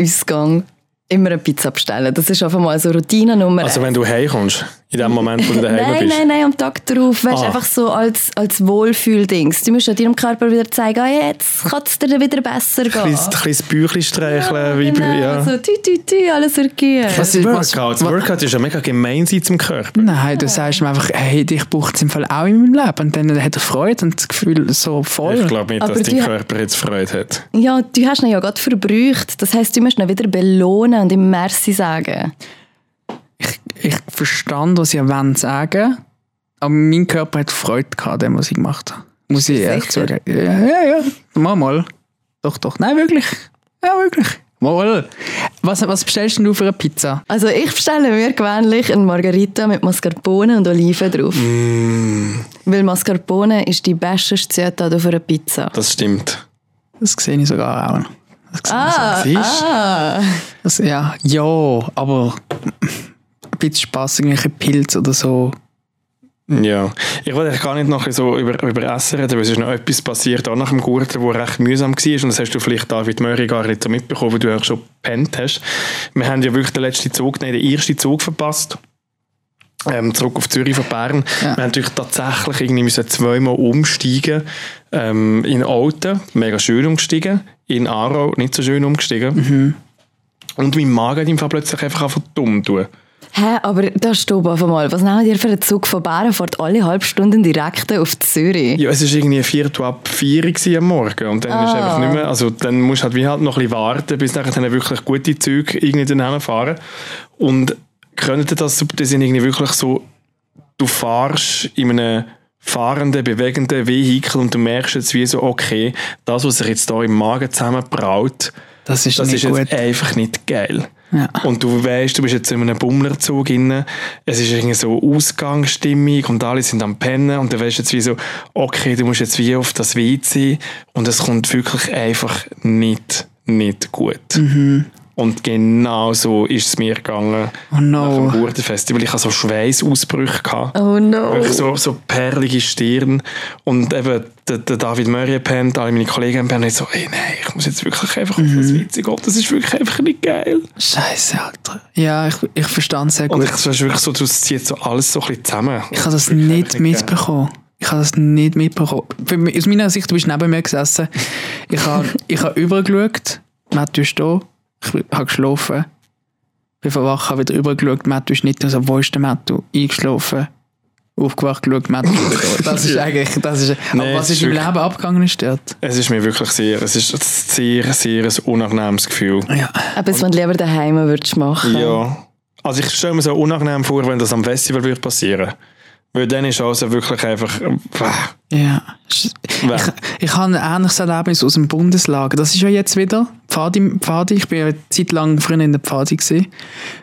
Ausgang immer eine Pizza bestellen. Das ist einfach mal so Routine Nummer Also, wenn du heimkommst. in dem Moment, wo du daheim nein, bist? nein, nein, am Tag drauf. Weißt Ah. einfach so als, als Wohlfühldings. Du musst ja deinem Körper wieder zeigen, ah, jetzt kann es dir wieder besser gehen. Ein bisschen- ein bisschen das Bäuchlein streicheln. wie genau, bei- ja. so tü, tü, tü, alles ergehen. Was ist- was- Workout. wa- Workout ist ja mega gemein sein zum Körper. Nein, du sagst ihm einfach, hey, dich braucht es im Fall auch in meinem Leben. Und dann hat er Freude und das Gefühl so voll. Ich glaube nicht, Aber dass die- dein Körper jetzt Freude hat. Ja, du hast ihn ja gerade verbrücht. Das heisst, du musst ihn wieder belohnen und ihm Merci sagen. ich verstand, was ihr wollt sagen. Aber mein Körper hat Freude gehabt, an dem, was ich gemacht habe. Muss ich echt Sicher? sagen. Ja, ja, ja. Mal, mal. Doch, doch. Nein, wirklich. Ja, wirklich. Mal. Was, was bestellst denn du für eine Pizza? Also ich bestelle mir gewöhnlich eine Margarita mit Mascarpone und Oliven drauf. Mhm. Weil Mascarpone ist die beste Zutat für eine Pizza. Das stimmt. Das sehe ich sogar auch. noch. Das sehe ich sogar. Ah, Siehst du? ah. Das, ja, ja, aber ein bisschen Spass, irgendwelche Pilze oder so. Ja. Ich wollte eigentlich gar nicht nachher so über, über Essen reden, weil es ist noch etwas passiert, auch nach dem Gurten, wo recht mühsam war. Und das hast du vielleicht, David Möhrig, gar nicht so mitbekommen, weil du ja schon gepennt hast. Wir haben ja wirklich den letzten Zug, nein, den ersten Zug verpasst. Ähm, zurück auf Zürich von Bern. Wir haben natürlich tatsächlich irgendwie müssen zweimal umsteigen ähm, in Alten. Mega schön umgestiegen. In Aarau nicht so schön umgestiegen. Und mein Magen hat im Fall plötzlich einfach einfach dumm tun. Hä, aber das ist auf einmal. Was nehmt ihr für einen Zug von Bern? Fahrt alle halbe Stunden direkt auf Zürich. Ja, es war irgendwie Viertel ab vier gewesen am Morgen und dann ist einfach nicht mehr, also dann musst du halt, wie halt noch ein bisschen warten, bis nachher dann wirklich gute Züge irgendwie daneben fahren und könnte das, das sind irgendwie wirklich so, du fahrst in einem fahrenden, bewegenden Vehikel und du merkst jetzt wie so, okay, das, was sich jetzt da im Magen zusammenbraut, Das ist das nicht ist jetzt gut. einfach nicht geil. Ja. Und du weißt, du bist jetzt in einem Bummlerzug inne. Es ist irgendwie so Ausgangsstimmung und alle sind am Pennen und du weißt jetzt wie so, okay, du musst jetzt wie auf das WC und es kommt wirklich einfach nicht, nicht gut. Mhm. Und genau so ist es mir gegangen Oh nach dem no. Gurtenfestival. Ich hatte so Schweißausbrüche. Gehabt. Oh no. Wirklich so, so perlige Stirn. Und eben, der, der David Murray pennt, alle meine Kollegen haben pennt, und ich so, ey, nein, ich muss jetzt wirklich einfach auf Mhm. das WC gehen. Das ist wirklich einfach nicht geil. Scheiße, Alter. Ja, ich, ich verstand sehr Und gut. ich, es ist wirklich so, das zieht so alles so ein bisschen zusammen. Ich habe das nicht nicht mitbekommen. Ich habe das nicht mitbekommen. Für mich, aus meiner Sicht, du bist neben mir gesessen. Ich habe, ich habe übergeschaut. Matthew ist da. Ich habe geschlafen. Bin verwacht, habe wieder übergeschaut. Matthew ist nicht da. Also, wo ist der Matthew? Eingeschlafen. Aufgewacht, geschaut, Matthew ist da. Das ist eigentlich, das ist, aber Nee, was es ist ist im wirklich- Leben abgegangen ist dort? Es ist mir wirklich sehr, es ist ein sehr, sehr ein unangenehmes Gefühl. Ja. Etwas, was du lieber daheim würdest machen. Ja. Also ich stelle mir so unangenehm vor, wenn das am Festival würde passieren. Weil dann ist also wirklich einfach, äh, Ja. Ich, ich habe ein ähnliches Erlebnis aus dem Bundeslager. Das ist ja jetzt wieder. Pfadi, Pfadi. Ich bin ja eine Zeit lang früher in der Pfadi. gewesen.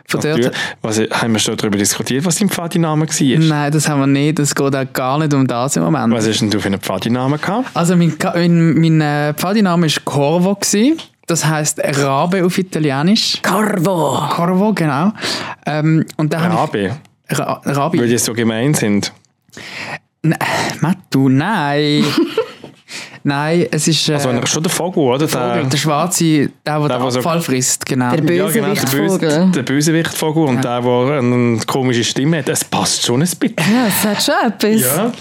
Von natürlich. Was, haben wir schon darüber diskutiert, was dein Pfadiname war? Nein, das haben wir nicht. Das geht auch gar nicht um das im Moment. Was hast denn du für einen Pfadiname gehabt? Also mein, Ka- mein, mein äh, Pfadiname war Corvo. Gewesen. Das heisst Rabe auf Italienisch. Ah. Carvo. Corvo, genau. Ähm, und da habe Rabe, ich... Ra weil Rabi. Äh, die so gemein sind. Mattu, nein. nein, es ist... Äh, Also äh, schon der Vogel, oder? Vogel, der Schwarze, der, der, der, den der so- Abfall frisst, genau. Der ja, genau, der, Böse, Bösewichtvogel. der Bösewichtvogel und der, der eine komische Stimme hat. Es passt schon ein bisschen. Ja, das hat schon etwas. Ja.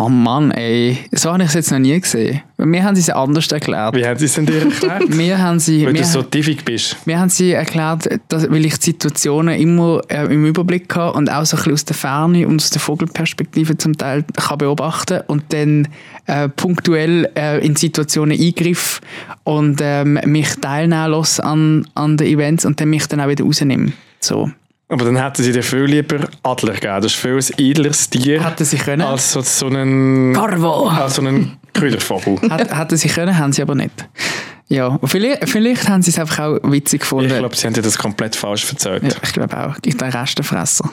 Oh Mann, ey. So habe ich es jetzt noch nie gesehen. Wir haben sie es anders erklärt. Wie haben sie es denn dir erklärt? Wir haben sie... Weil wir du so tiefig bist. Wir haben sie erklärt, dass, weil ich die Situationen immer äh, im Überblick habe und auch so ein bisschen aus der Ferne und aus der Vogelperspektive zum Teil kann beobachten und dann äh, punktuell äh, in Situationen eingriff und ähm, mich teilnehmen lasse an, an den Events und dann mich dann auch wieder rausnehme. So. Aber dann hätten sie dir viel lieber Adler gegeben. Das ist viel ein edleres Tier Hätte sie können. als so, so einen, Carvo. als so einen Krüdervogel. Hat, hätten sie können, haben sie aber nicht. Ja, und vielleicht, vielleicht haben sie es einfach auch witzig Ich gefunden. glaube, sie haben dir das komplett falsch erzählt. Ja, ich glaube auch. Ich bin Restenfresser.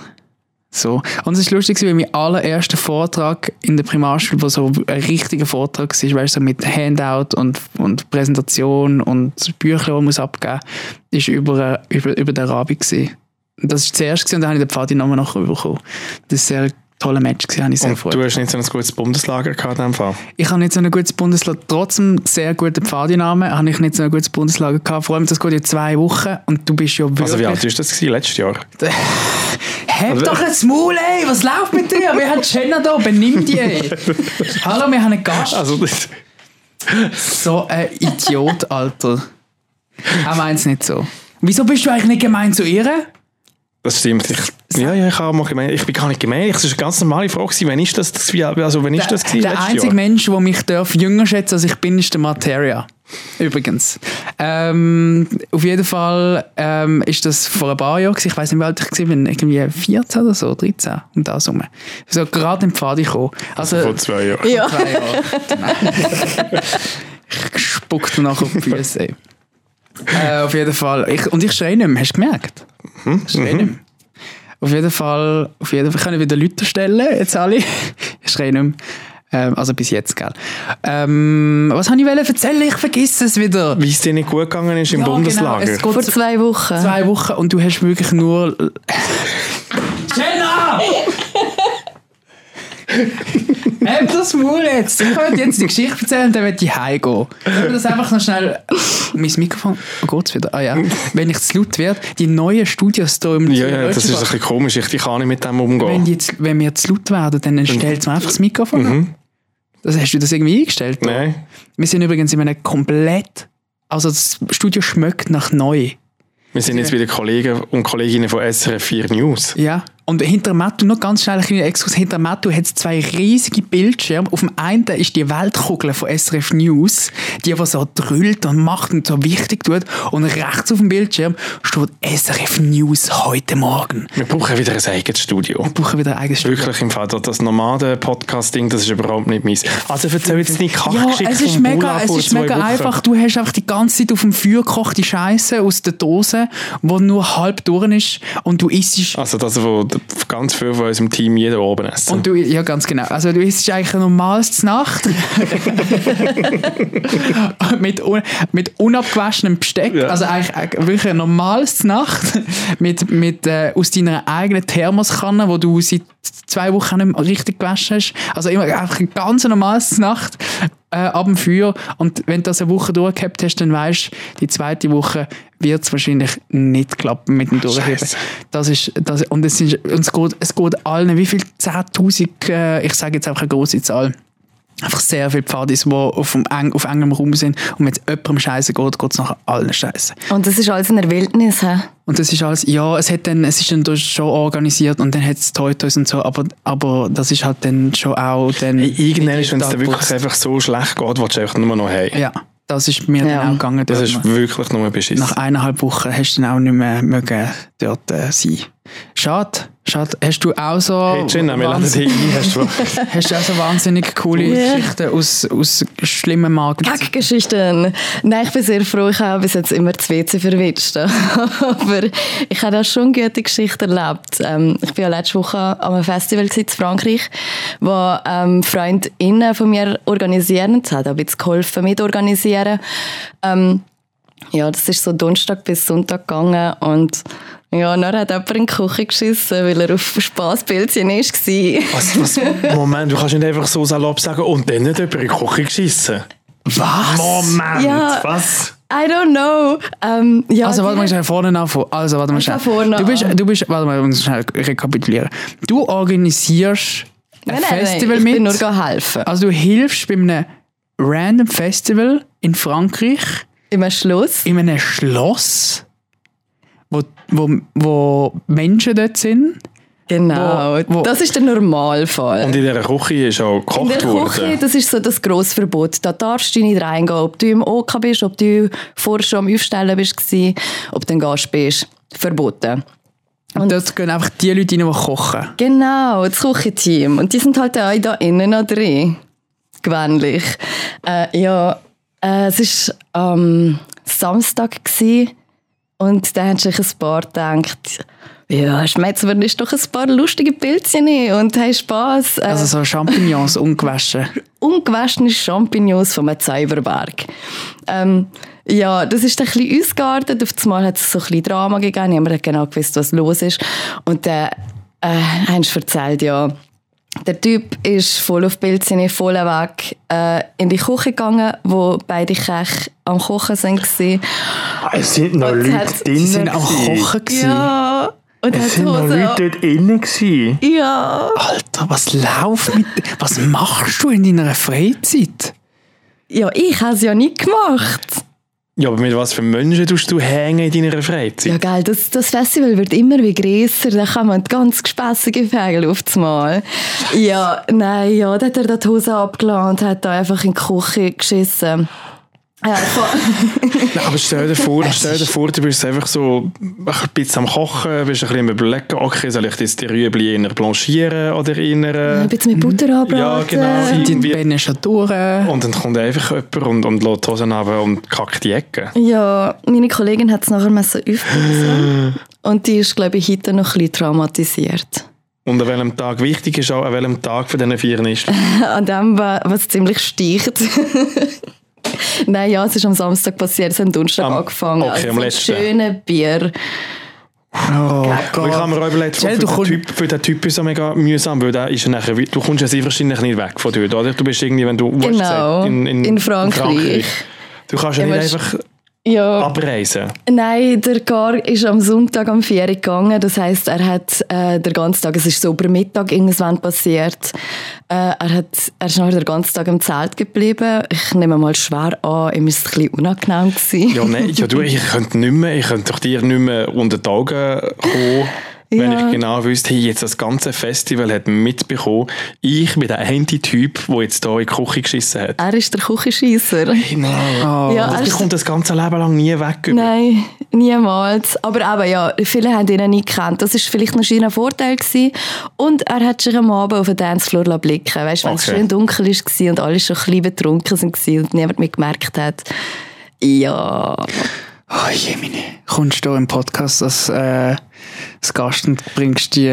So. Und es war lustig, weil mein allererster Vortrag in der Primarschule, wo so ein richtiger Vortrag war, weißt, so mit Handout und, und Präsentation und Büchlein, die man muss abgeben muss, war über, äh, über, über den Rabi. gewesen. Und Das war zuerst gewesen, und dann habe ich den Pfadi nochmal nachher bekommen. Das war ein sehr toller Match, gewesen, habe ich sehr Und gefreut. du hast nicht so ein gutes Bundeslager gehabt in dem Fall. Ich habe nicht so ein gutes Bundeslager, trotzdem sehr guten Pfadinamen, habe ich nicht so ein gutes Bundeslager gehabt. Vor allem, das geht ja zwei Wochen und du bist ja wirklich... Also wie alt war das gewesen? letztes Jahr? Hab doch ein Maul, ey! Was läuft mit dir? Wir haben Jenna da, benimm dich, ey! Hallo, wir haben einen Gast. Also, das, So ein Idiot, Alter. Er meint es nicht so. Wieso bist du eigentlich nicht gemein zu ihr? das stimmt. Ich, ja, ja, ich, habe mal gemein, ich bin gar nicht gemein. Es war eine ganz normale Frage. gewesen. Wann ist das, das, also, wann ist das gewesen? der Letztes einzige Jahr? Mensch, der mich darf jünger schätzen als ich bin, ist der Materia. Übrigens. Ähm, auf jeden Fall ähm, ist das vor ein paar Jahren, gewesen. ich weiß nicht, wie alt ich war, irgendwie 14 oder so, 13, um das herum. So gerade im Pfad gekommen. Also, Vor zwei Jahren. Ja. zwei Jahre. Nein. ich spuck dir nachher auf die Füße. ey. Äh, auf jeden Fall. Ich, und ich schreie nicht mehr, hast du gemerkt? Ich schreie nicht mehr. Auf jeden Fall, auf jeden Fall können wieder Leute stellen, jetzt alle. ich schreie nicht mehr. Ähm, also bis jetzt, gell. Ähm, was wollte ich wollen erzählen? Ich vergesse es wieder. Wie es dir nicht gut gegangen ist im Ja, genau, Bundeslager. es geht Vor zwei Wochen. Ah. zwei Wochen und du hast wirklich nur. Jenna! Hab das Maul jetzt! Ich könnte jetzt die Geschichte erzählen und dann möchte ich heimgehen. Ich will das einfach noch schnell. Mein Mikrofon. Oh, geht's wieder? Ah ja. Wenn ich zu laut werde, die neuen Studios hier im ja, ja, das ist ein bisschen komisch. Ich ich kann nicht mit dem umgehen. wenn, die jetzt, wenn wir zu laut werden, dann stellt man einfach das Mikrofon ab. Das hast du das irgendwie eingestellt? Mhm. Nein. Wir sind übrigens in einem komplett. Also das Studio schmeckt nach neu. Wir sind jetzt wieder Kollegen und Kolleginnen von SRF 4 News. Ja, und hinter Mattu, noch ganz schnell ein kleiner Exkurs, hinter Mattu hat es zwei riesige Bildschirme. Auf dem einen ist die Weltkugel von SRF News, die, die so drüllt und macht und so wichtig tut. Und rechts auf dem Bildschirm steht SRF News heute Morgen. Wir brauchen wieder ein eigenes Studio. Wir brauchen wieder ein eigenes Wirklich im Fall, das Nomaden-Podcasting, das ist überhaupt nicht meins. Also erzähl jetzt nicht Ja, Kackgeschichte es ist vom mega, Bulla es vor ist zwei mega Wochen. einfach. Du hast einfach die ganze Zeit auf dem Feuer gekochte Scheiße aus der Dose, wo nur halb durch ist und du isst Also das, was ganz viele von unserem Team jeden oben essen. Und du, ja, ganz genau. Also du isst eigentlich ein normales Nacht mit, un, mit unabgewaschenem Besteck. Ja. Also eigentlich äh, wirklich ein normales Nacht mit, mit, äh, aus deiner eigenen Thermoskanne, wo du seit zwei Wochen nicht mehr richtig gewaschen hast. Also immer einfach ein ganz normales Nacht äh, ab dem Feuer. Und wenn du das eine Woche durchgehabt hast, dann weißt du, die zweite Woche wird es wahrscheinlich nicht klappen mit dem Durchheben. Scheiße. Das ist, das, und es, ist, und es, geht, es geht allen, wie viel? 10.000, äh, ich sage jetzt einfach eine große Zahl. Einfach sehr viele Pfadis, die auf, dem eng, auf engem Raum sind. Und wenn es jemandem Scheiße geht, geht es nachher allen Scheiße. Und das ist alles in der Wildnis. He? Und das ist alles, ja, es, hat dann, es ist dann durch schon organisiert und dann hat es Toy Toys und so, aber, aber das ist halt dann schon auch. Dann Hey, irgendwann, wenn es dir digital wirklich geputzt. einfach so schlecht geht, willst du einfach nur noch heim. Ja, das ist mir Ja. dann auch gegangen. Das dort ist mal. wirklich nur beschissen. Nach eineinhalb Wochen hast du dann auch nicht mehr mögen dort äh, sein. Schade, schade. Hast du auch so. hey Oh, Jenna, wir laden Wahnsinn- dich ein. Hast du Hast du auch so wahnsinnig coole Ja. Geschichten aus, aus schlimmen Magen? Kackgeschichten. Nein, ich bin sehr froh, ich habe bis jetzt immer das WC verwitscht. Aber ich habe auch schon gute Geschichten erlebt. Ähm, ich war ja letzte Woche an einem Festival gewesen in Frankreich, wo ähm, Freundinnen von mir organisieren. Sie haben auch ein bisschen geholfen mit organisieren. Ähm, ja, das ist so Donnerstag bis Sonntag gegangen und ja, dann hat jemand in die Küche geschissen, weil er auf Spaßbildchen war. was, was? Moment, du kannst nicht einfach so salopp sagen und dann nicht jemand in die Küche geschissen. Was? Moment, Ja. was? I don't know. Ähm, ja, Also, warte mal die- schnell vorne anfangen. Also, warte mal schnell. fang vorne Du bist, an. du bist, warte mal, wir müssen schnell rekapitulieren. Du organisierst ein Nein, nein, Festival nein, ich mit. bin nur gegangen helfen. also, du hilfst bei einem random Festival in Frankreich, Im Schluss. in einem Schloss, wo, wo, wo Menschen dort sind. Genau. Wo- wo- Das ist der Normalfall. Und in dieser Küche ist auch In der gekocht Küche, worden. das ist so das grosse Verbot. Da darfst du nicht reingehen, ob du im OK bist, ob du vorher schon am Aufstellen bist, gewesen, ob du ein Gast bist. Verboten. Und, dort gehen einfach die Leute rein, die kochen. Genau, das Küchenteam. Und die sind halt auch da innen noch drin. Gewöhnlich. Äh, ja, äh, es war am Samstag gewesen, und da haben sich ein paar gedacht, ja, schmeckt mir nicht doch ein paar lustige Pilzchen hin und haben Spass. Äh, Also, so Champignons ungewaschen. ungewaschene Champignons vom Zauberberg. Ähm, ja, das ist ein bisschen uns geartet. Auf einmal hat es so ein bisschen Drama gegeben. Niemand hat genau gewusst, was los ist. Und dann äh, haben sie erzählt, ja, der Typ ist voll auf Bildsinne, voll weg äh, in die Küche gegangen, wo beide Köche am Kochen waren. Ah, Es sind noch Und es hat- Leute sie drin. Die sind auch kochen. gewesen. Ja. Und er hat die sind noch Hose Leute an. dort innen gewesen. Ja. Alter, was läuft mit. Was machst du in deiner Freizeit? Ja, ich habe es ja nicht gemacht. Ja, aber mit was für Menschen tust du hängen in deiner Ja, Freizeit? geil, das, das Festival wird immer wie grösser, da kommen ganz gespässige Vögel auf das Mal. Ja, nein, ja, da hat er da die Hose abgeladen und hat da einfach in die Küche geschissen. Ja, voll. Nein, aber stell dir vor, stell dir vor du bist einfach so ein bisschen am Kochen, bist ein bisschen am überlegen, okay, soll ich jetzt die Rüebli eher blanchieren oder ein eher... bisschen mit Butter anbraten. genau. Sind die Irgendwie- Bänen schon durch? Mhm. Und dann kommt einfach jemand und, und lässt die Hosen runter und kackt die Ecke. Ja, meine Kollegin hat es nachher müssen aufputzen Und die ist, glaube ich, heute noch ein bisschen traumatisiert. Und an welchem Tag wichtig ist auch, an welchem Tag von diesen vier ist. An dem, wa- was ziemlich sticht. Nein, ja, es ist am Samstag passiert, es hat am Donnerstag Am- angefangen. okay, also am es ist letzten. Schöne Bier. Oh Aber ich habe mir auch überlegt, für, Stell, für, du den kommst- typ, für den Typ ist es mega mühsam, weil der ist ja nachher, wie- du kommst ja sehr wahrscheinlich nicht weg von dort, oder? Du bist irgendwie, wenn du wo hast du Genau, gesagt, in Frankreich. Du kannst ja Ja, nicht weißt- oh. einfach Ja. abreisen. Nein, der Gar ist am Sonntag am 4 Uhr gegangen. Das heisst, er hat äh, den ganzen Tag, es ist so über Mittag irgendwann passiert, äh, er, hat, er ist nachher den ganzen Tag im Zelt geblieben. Ich nehme mal schwer an, ihm ist es ein bisschen unangenehm gewesen. Ja, nein, ja, du, ich könnte nicht mehr, ich könnte doch dir nicht mehr unter die Augen kommen, wenn Ja. ich genau wüsste, hey, jetzt das ganze Festival hat mitbekommen, ich bin der einzige Typ, der jetzt hier in die Küche geschissen hat. Er ist der Küchenscheisser. Nein. Oh. Ja, er Ich ist komme das ganze Leben lang nie weg. Nein, niemals. Aber eben, ja, viele haben ihn nicht gekannt. Das war vielleicht noch ein Vorteil. Gewesen. Und er hat sich am Abend auf den Dancefloor lassen blicken Weißt du, wenn es Okay. schön dunkel war und alle schon ein bisschen betrunken waren und niemand mitgemerkt hat. Ja, Oh Jemine. Kommst du im Podcast als, äh, als Gast und bringst die,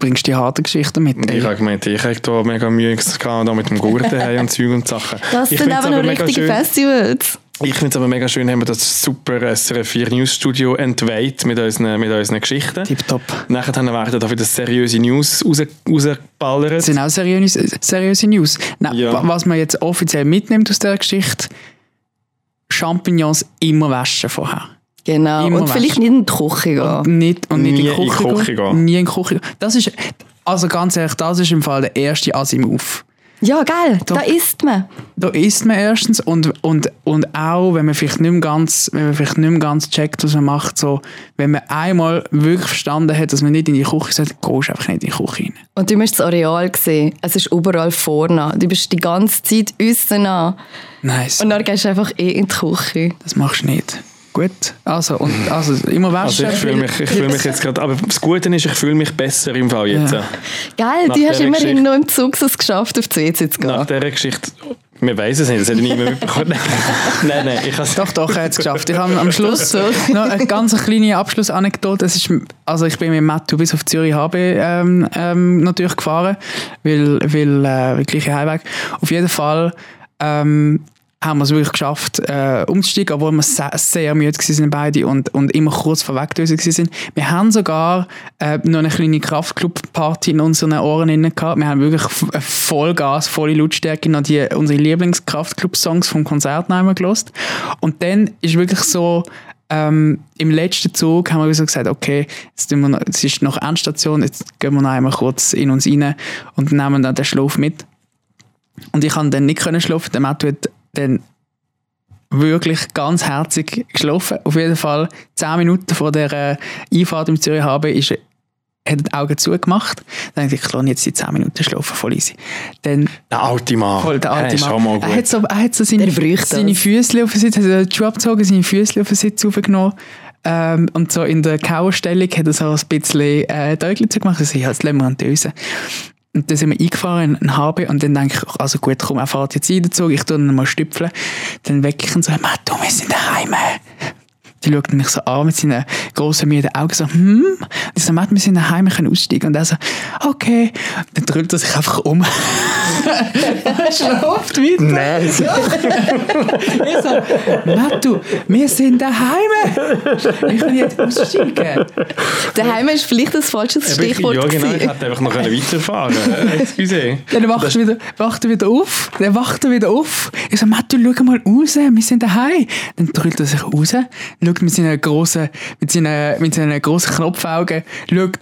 bringst die harten Geschichten mit? Ich ey. habe gemeint, ich hätte da mega Mühe gehabt, da mit dem Gurten hey, und Zeug und Sachen. das ich sind find's aber noch mega richtige schön- Festivals. Ich finde es aber mega schön, haben wir das super äh, SRF4 News Studio entweiht mit unseren, mit unseren Geschichten. Tipptopp. Nachher haben wir da wieder seriöse News raus, rausgeballert. Das sind auch seriöse, seriöse News. Nein, Ja. wa- Was man jetzt offiziell mitnimmt aus dieser Geschichte, Champignons immer waschen vorher. Genau. Immer und vielleicht waschen. nicht in die Küche gehen. Nicht, und nicht Nie in die Küche, in die Küche gehen. Nie in die Küche gehen. Das ist, also ganz ehrlich, das ist im Fall der erste Ass im Auf. Ja, geil, da Doch. isst man. Da isst man erstens und, und, und auch, wenn man vielleicht nicht mehr ganz, wenn man vielleicht nicht mehr ganz checkt, was man macht, so, wenn man einmal wirklich verstanden hat, dass man nicht in die Küche sollte, gehst du einfach nicht in die Küche rein. Und du musst das Areal sehen. Es ist überall vorne. Du bist die ganze Zeit aussen an. Nice. Und dann gehst du einfach eh in die Küche. das machst du nicht. Gut. Also, und, also immer also waschen. ich fühle mich, ich fühle mich jetzt gerade, aber das Gute ist, ich fühle mich besser im Fall jetzt. Ja. Geil, Nach du hast dieser immerhin Geschichte. noch im Zug es geschafft, auf die WC zu Nach gehen. dieser Geschichte, wir wissen es nicht, das hätte niemand mitbekommen. nein, nein, ich habe Doch, doch, er hat es geschafft. Ich habe am Schluss so noch eine ganz kleine Abschlussanekdote. Es ist, also ich bin mit Matthew bis auf Zürich HB ähm, ähm, natürlich gefahren, weil, weil äh, weil gleiche Heimweg. Auf jeden Fall ähm, haben wir es wirklich geschafft, äh, umzusteigen, obwohl wir sehr, sehr müde waren beide und, und immer kurz vor Wegdösen waren. Wir haben sogar äh, noch eine kleine Kraftclub-Party in unseren Ohren drin gehabt. Wir haben wirklich f- äh, Vollgas, volle Lautstärke noch die, unsere Lieblings-Kraftclub-Songs vom Konzert noch einmal gelost. Und dann ist wirklich so, ähm, im letzten Zug haben wir so gesagt, okay, jetzt, tun wir noch, es ist noch Endstation, jetzt gehen wir noch einmal kurz in uns rein und nehmen dann den Schlaf mit. Und ich konnte dann nicht können schlafen. Der Matthew hat dann wirklich ganz herzig geschlafen. Auf jeden Fall, 10 Minuten vor der äh, Einfahrt im Zürich habe, ist, hat er die Augen zugemacht. Dann dachte ich, ich lasse jetzt die 10 Minuten schlafen, voll easy. Dann Der alte Mann. voll der Er alte ist auch mal Mann. Er hat gut. so, er hat so seine, Der bräuchte seine das. Füße auf den Sitz, hat er die Schuhe abgezogen, seine Füße auf den Sitz aufgenommen. Ähm, und so in der Kauerstellung hat er so ein bisschen äh, Däuglitze gemacht. Also, ja, jetzt lassen wir an Dösen. Und dann sind wir eingefahren in den HB und dann denke ich, also gut, komm, er fährt jetzt ein, Zug, ich tue ihn mal stüpfeln. Dann wecke ich ihn so, Mann, du, wir sind daheim. Die schaut mich so an mit seinen grossen, müden Augen, so, hm? Und ich so, Matt, wir sind daheim, wir können aussteigen. Und er so, okay. Dann drüllt er sich einfach um. Er Schlaft weiter. Nein, Ich so, Matt, du, wir sind daheim. Ich kann jetzt aussteigen. Daheim ist vielleicht das falsche Stichwort. ja, genau, ich gewesen. hätte einfach noch können weiterfahren Excuse. Dann wacht er, wieder, wacht er wieder auf. Dann wacht er wieder auf. Ich so, Matthew, schau mal raus, wir sind daheim. Dann drüllt er sich raus, schaut schaut mit seinen grossen, mit seinen, mit seinen grossen Knopfaugen, schaut,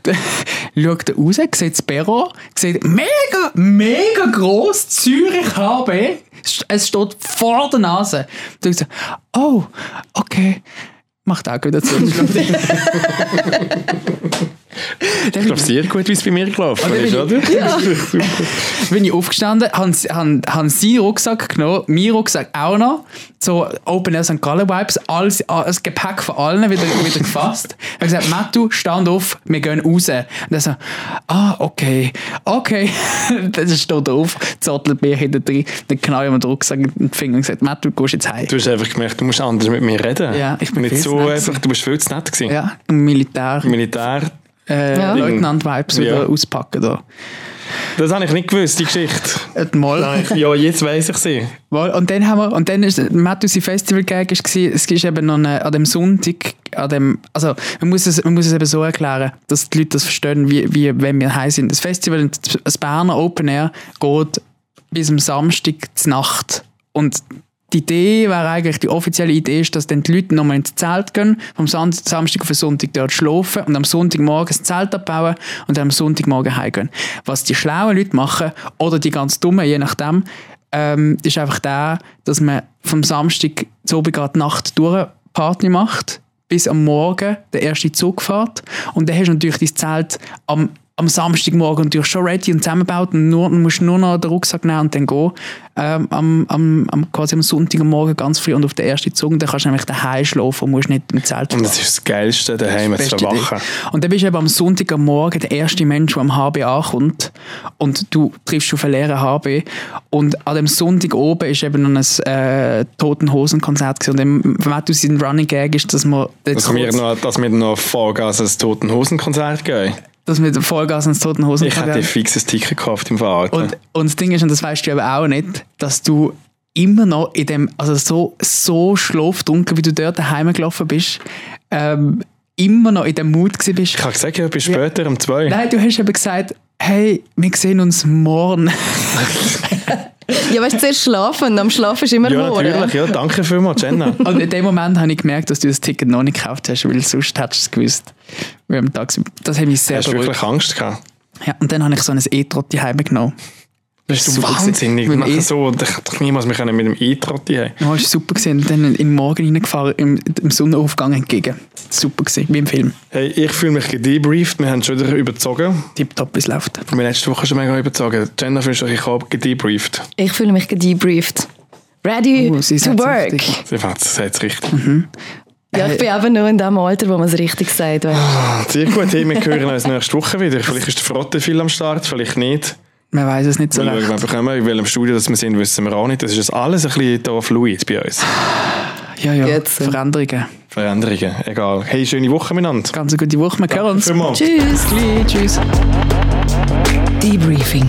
schaut er raus, sieht das Perro, sieht mega, mega gross Zürich HB. Es steht vor der Nase. Du so, oh, okay. Macht auch wieder zu. Ich glaube, sehr gut, wie es bei mir gelaufen ist, oder? bin ich aufgestanden, haben han, han seinen Rucksack genommen, meinen Rucksack auch noch, so Open Air St. Gallen Vibes, alles, alles Gepäck von allen wieder, wieder gefasst. Ich habe gesagt, Mattu, stand auf, wir gehen raus. Und er so, ah, okay, okay. Dann steht er auf, zottelt mir hinter drin, dann knallt mir den Rucksack in den Finger und sagt, Mattu, gehst jetzt heim. Du hast einfach gemerkt, du musst anders mit mir reden. Ja, ich bin Nicht viel zu so nett einfach, du bist viel zu nett gewesen. Ja, im Militär, Militär, äh, Ja. Leutnant-Vibes wieder Ja. auspacken da. das habe ich nicht gewusst, die Geschichte. Äh, Mal. Nein, ich- ja, jetzt weiß ich sie. Wohl, und dann haben wir, und dann ist Matthäusi Festival gag ist gewesen, es ist eben noch eine, an dem Sonntag, an dem, also man muss es, man muss es eben so erklären, dass die Leute das verstehen, wie, wie wenn wir heim sind. Das Festival, das Berner Open Air geht bis am Samstag zur Nacht und die Idee wäre eigentlich, die offizielle Idee ist, dass dann die Leute nochmal ins Zelt gehen, vom Sam- Samstag auf den Sonntag dort schlafen und am Sonntagmorgen das Zelt abbauen und dann am Sonntagmorgen heimgehen. Was die schlauen Leute machen, oder die ganz dummen, je nachdem, ähm, ist einfach der, dass man vom Samstag so Abend gerade die Nacht durch Party macht, bis am Morgen der erste Zug fährt. Und dann hast du natürlich dein Zelt am, am Samstagmorgen natürlich schon ready und zusammengebaut und nur, du musst nur noch den Rucksack nehmen und dann gehen. Ähm, am, am, am, quasi am Sonntagmorgen ganz früh und auf den ersten Zug. Und dann kannst du nämlich daheim schlafen und musst nicht im Zelt Und das ist das Geilste, daheim zu Beste Idee. verwachen. Und dann bist du eben am Sonntag am Morgen der erste Mensch, der am HB ankommt. Und du triffst auf einen leeren HB. Und an dem Sonntag oben ist eben noch ein äh, Totenhosen-Konzert. gewesen. Und im Matthews in Running Gag ist, dass wir, jetzt Dass wir kurz- noch, dass wir noch Vollgas ein Toten Hosen Konzert gehen. dass wir Vollgas ins Totenhosen Ich hätte ein fixes Ticket gekauft im Verhalten. Und, und das Ding ist, und das weißt du eben auch nicht, dass du immer noch in dem, also so, so schlaftrunken, wie du dort daheim gelaufen bist, ähm, immer noch in dem Mut gewesen bist. ich habe gesagt, ich bin später um zwei. Nein, du hast eben gesagt, hey, wir sehen uns morgen. Ja, weißt du, zuerst schlafen und am Schlafen ist immer ja, morgen. natürlich. Ja, danke vielmals, Jenna. Und in dem Moment habe ich gemerkt, dass du das Ticket noch nicht gekauft hast, weil sonst hättest du es gewusst. Wir haben Tag, das hat mich sehr Hast du beruhigt. wirklich Angst gehabt? Ja, und dann habe ich so ein E-Trot daheim genommen. Das ist du super gewesen. wahnsinnig. Mit Ich dem mache E- so, ich hätte doch niemals mich mit dem E-Trotti haben Ja, ist super gewesen. Und dann in den Morgen reingefahren, im, im Sonnenaufgang entgegen. Super gewesen, wie im Film. Hey, ich fühle mich gedebrieft. Wir haben schon wieder überzogen. Tipptopp, wie es läuft. Wir haben letzte Woche schon mega überzogen. Jenna fühlt sich, ich habe gedebrieft. Ich fühle mich gedebrieft. Ready Oh, sie ist to jetzt work. richtig. Sie fand es jetzt richtig. Ja, ich bin eben nur in dem Alter, wo man es richtig sagt. Weißt. du. Ah, Sehr gut, hey, wir hören uns nächste Woche wieder. Vielleicht ist der Frotte viel am Start, vielleicht nicht. Man weiß es nicht so Mal schauen, recht. wann wir kommen. In welchem Studio das wir sind, wissen wir auch nicht. Das ist jetzt alles ein bisschen da fluid bei uns. Ja, ja, Jetzt. Veränderungen. Veränderungen, egal. Hey, schöne Woche miteinander. Ganz eine gute Woche, wir hören uns. Für morgen. Tschüss. Tschüss. Debriefing.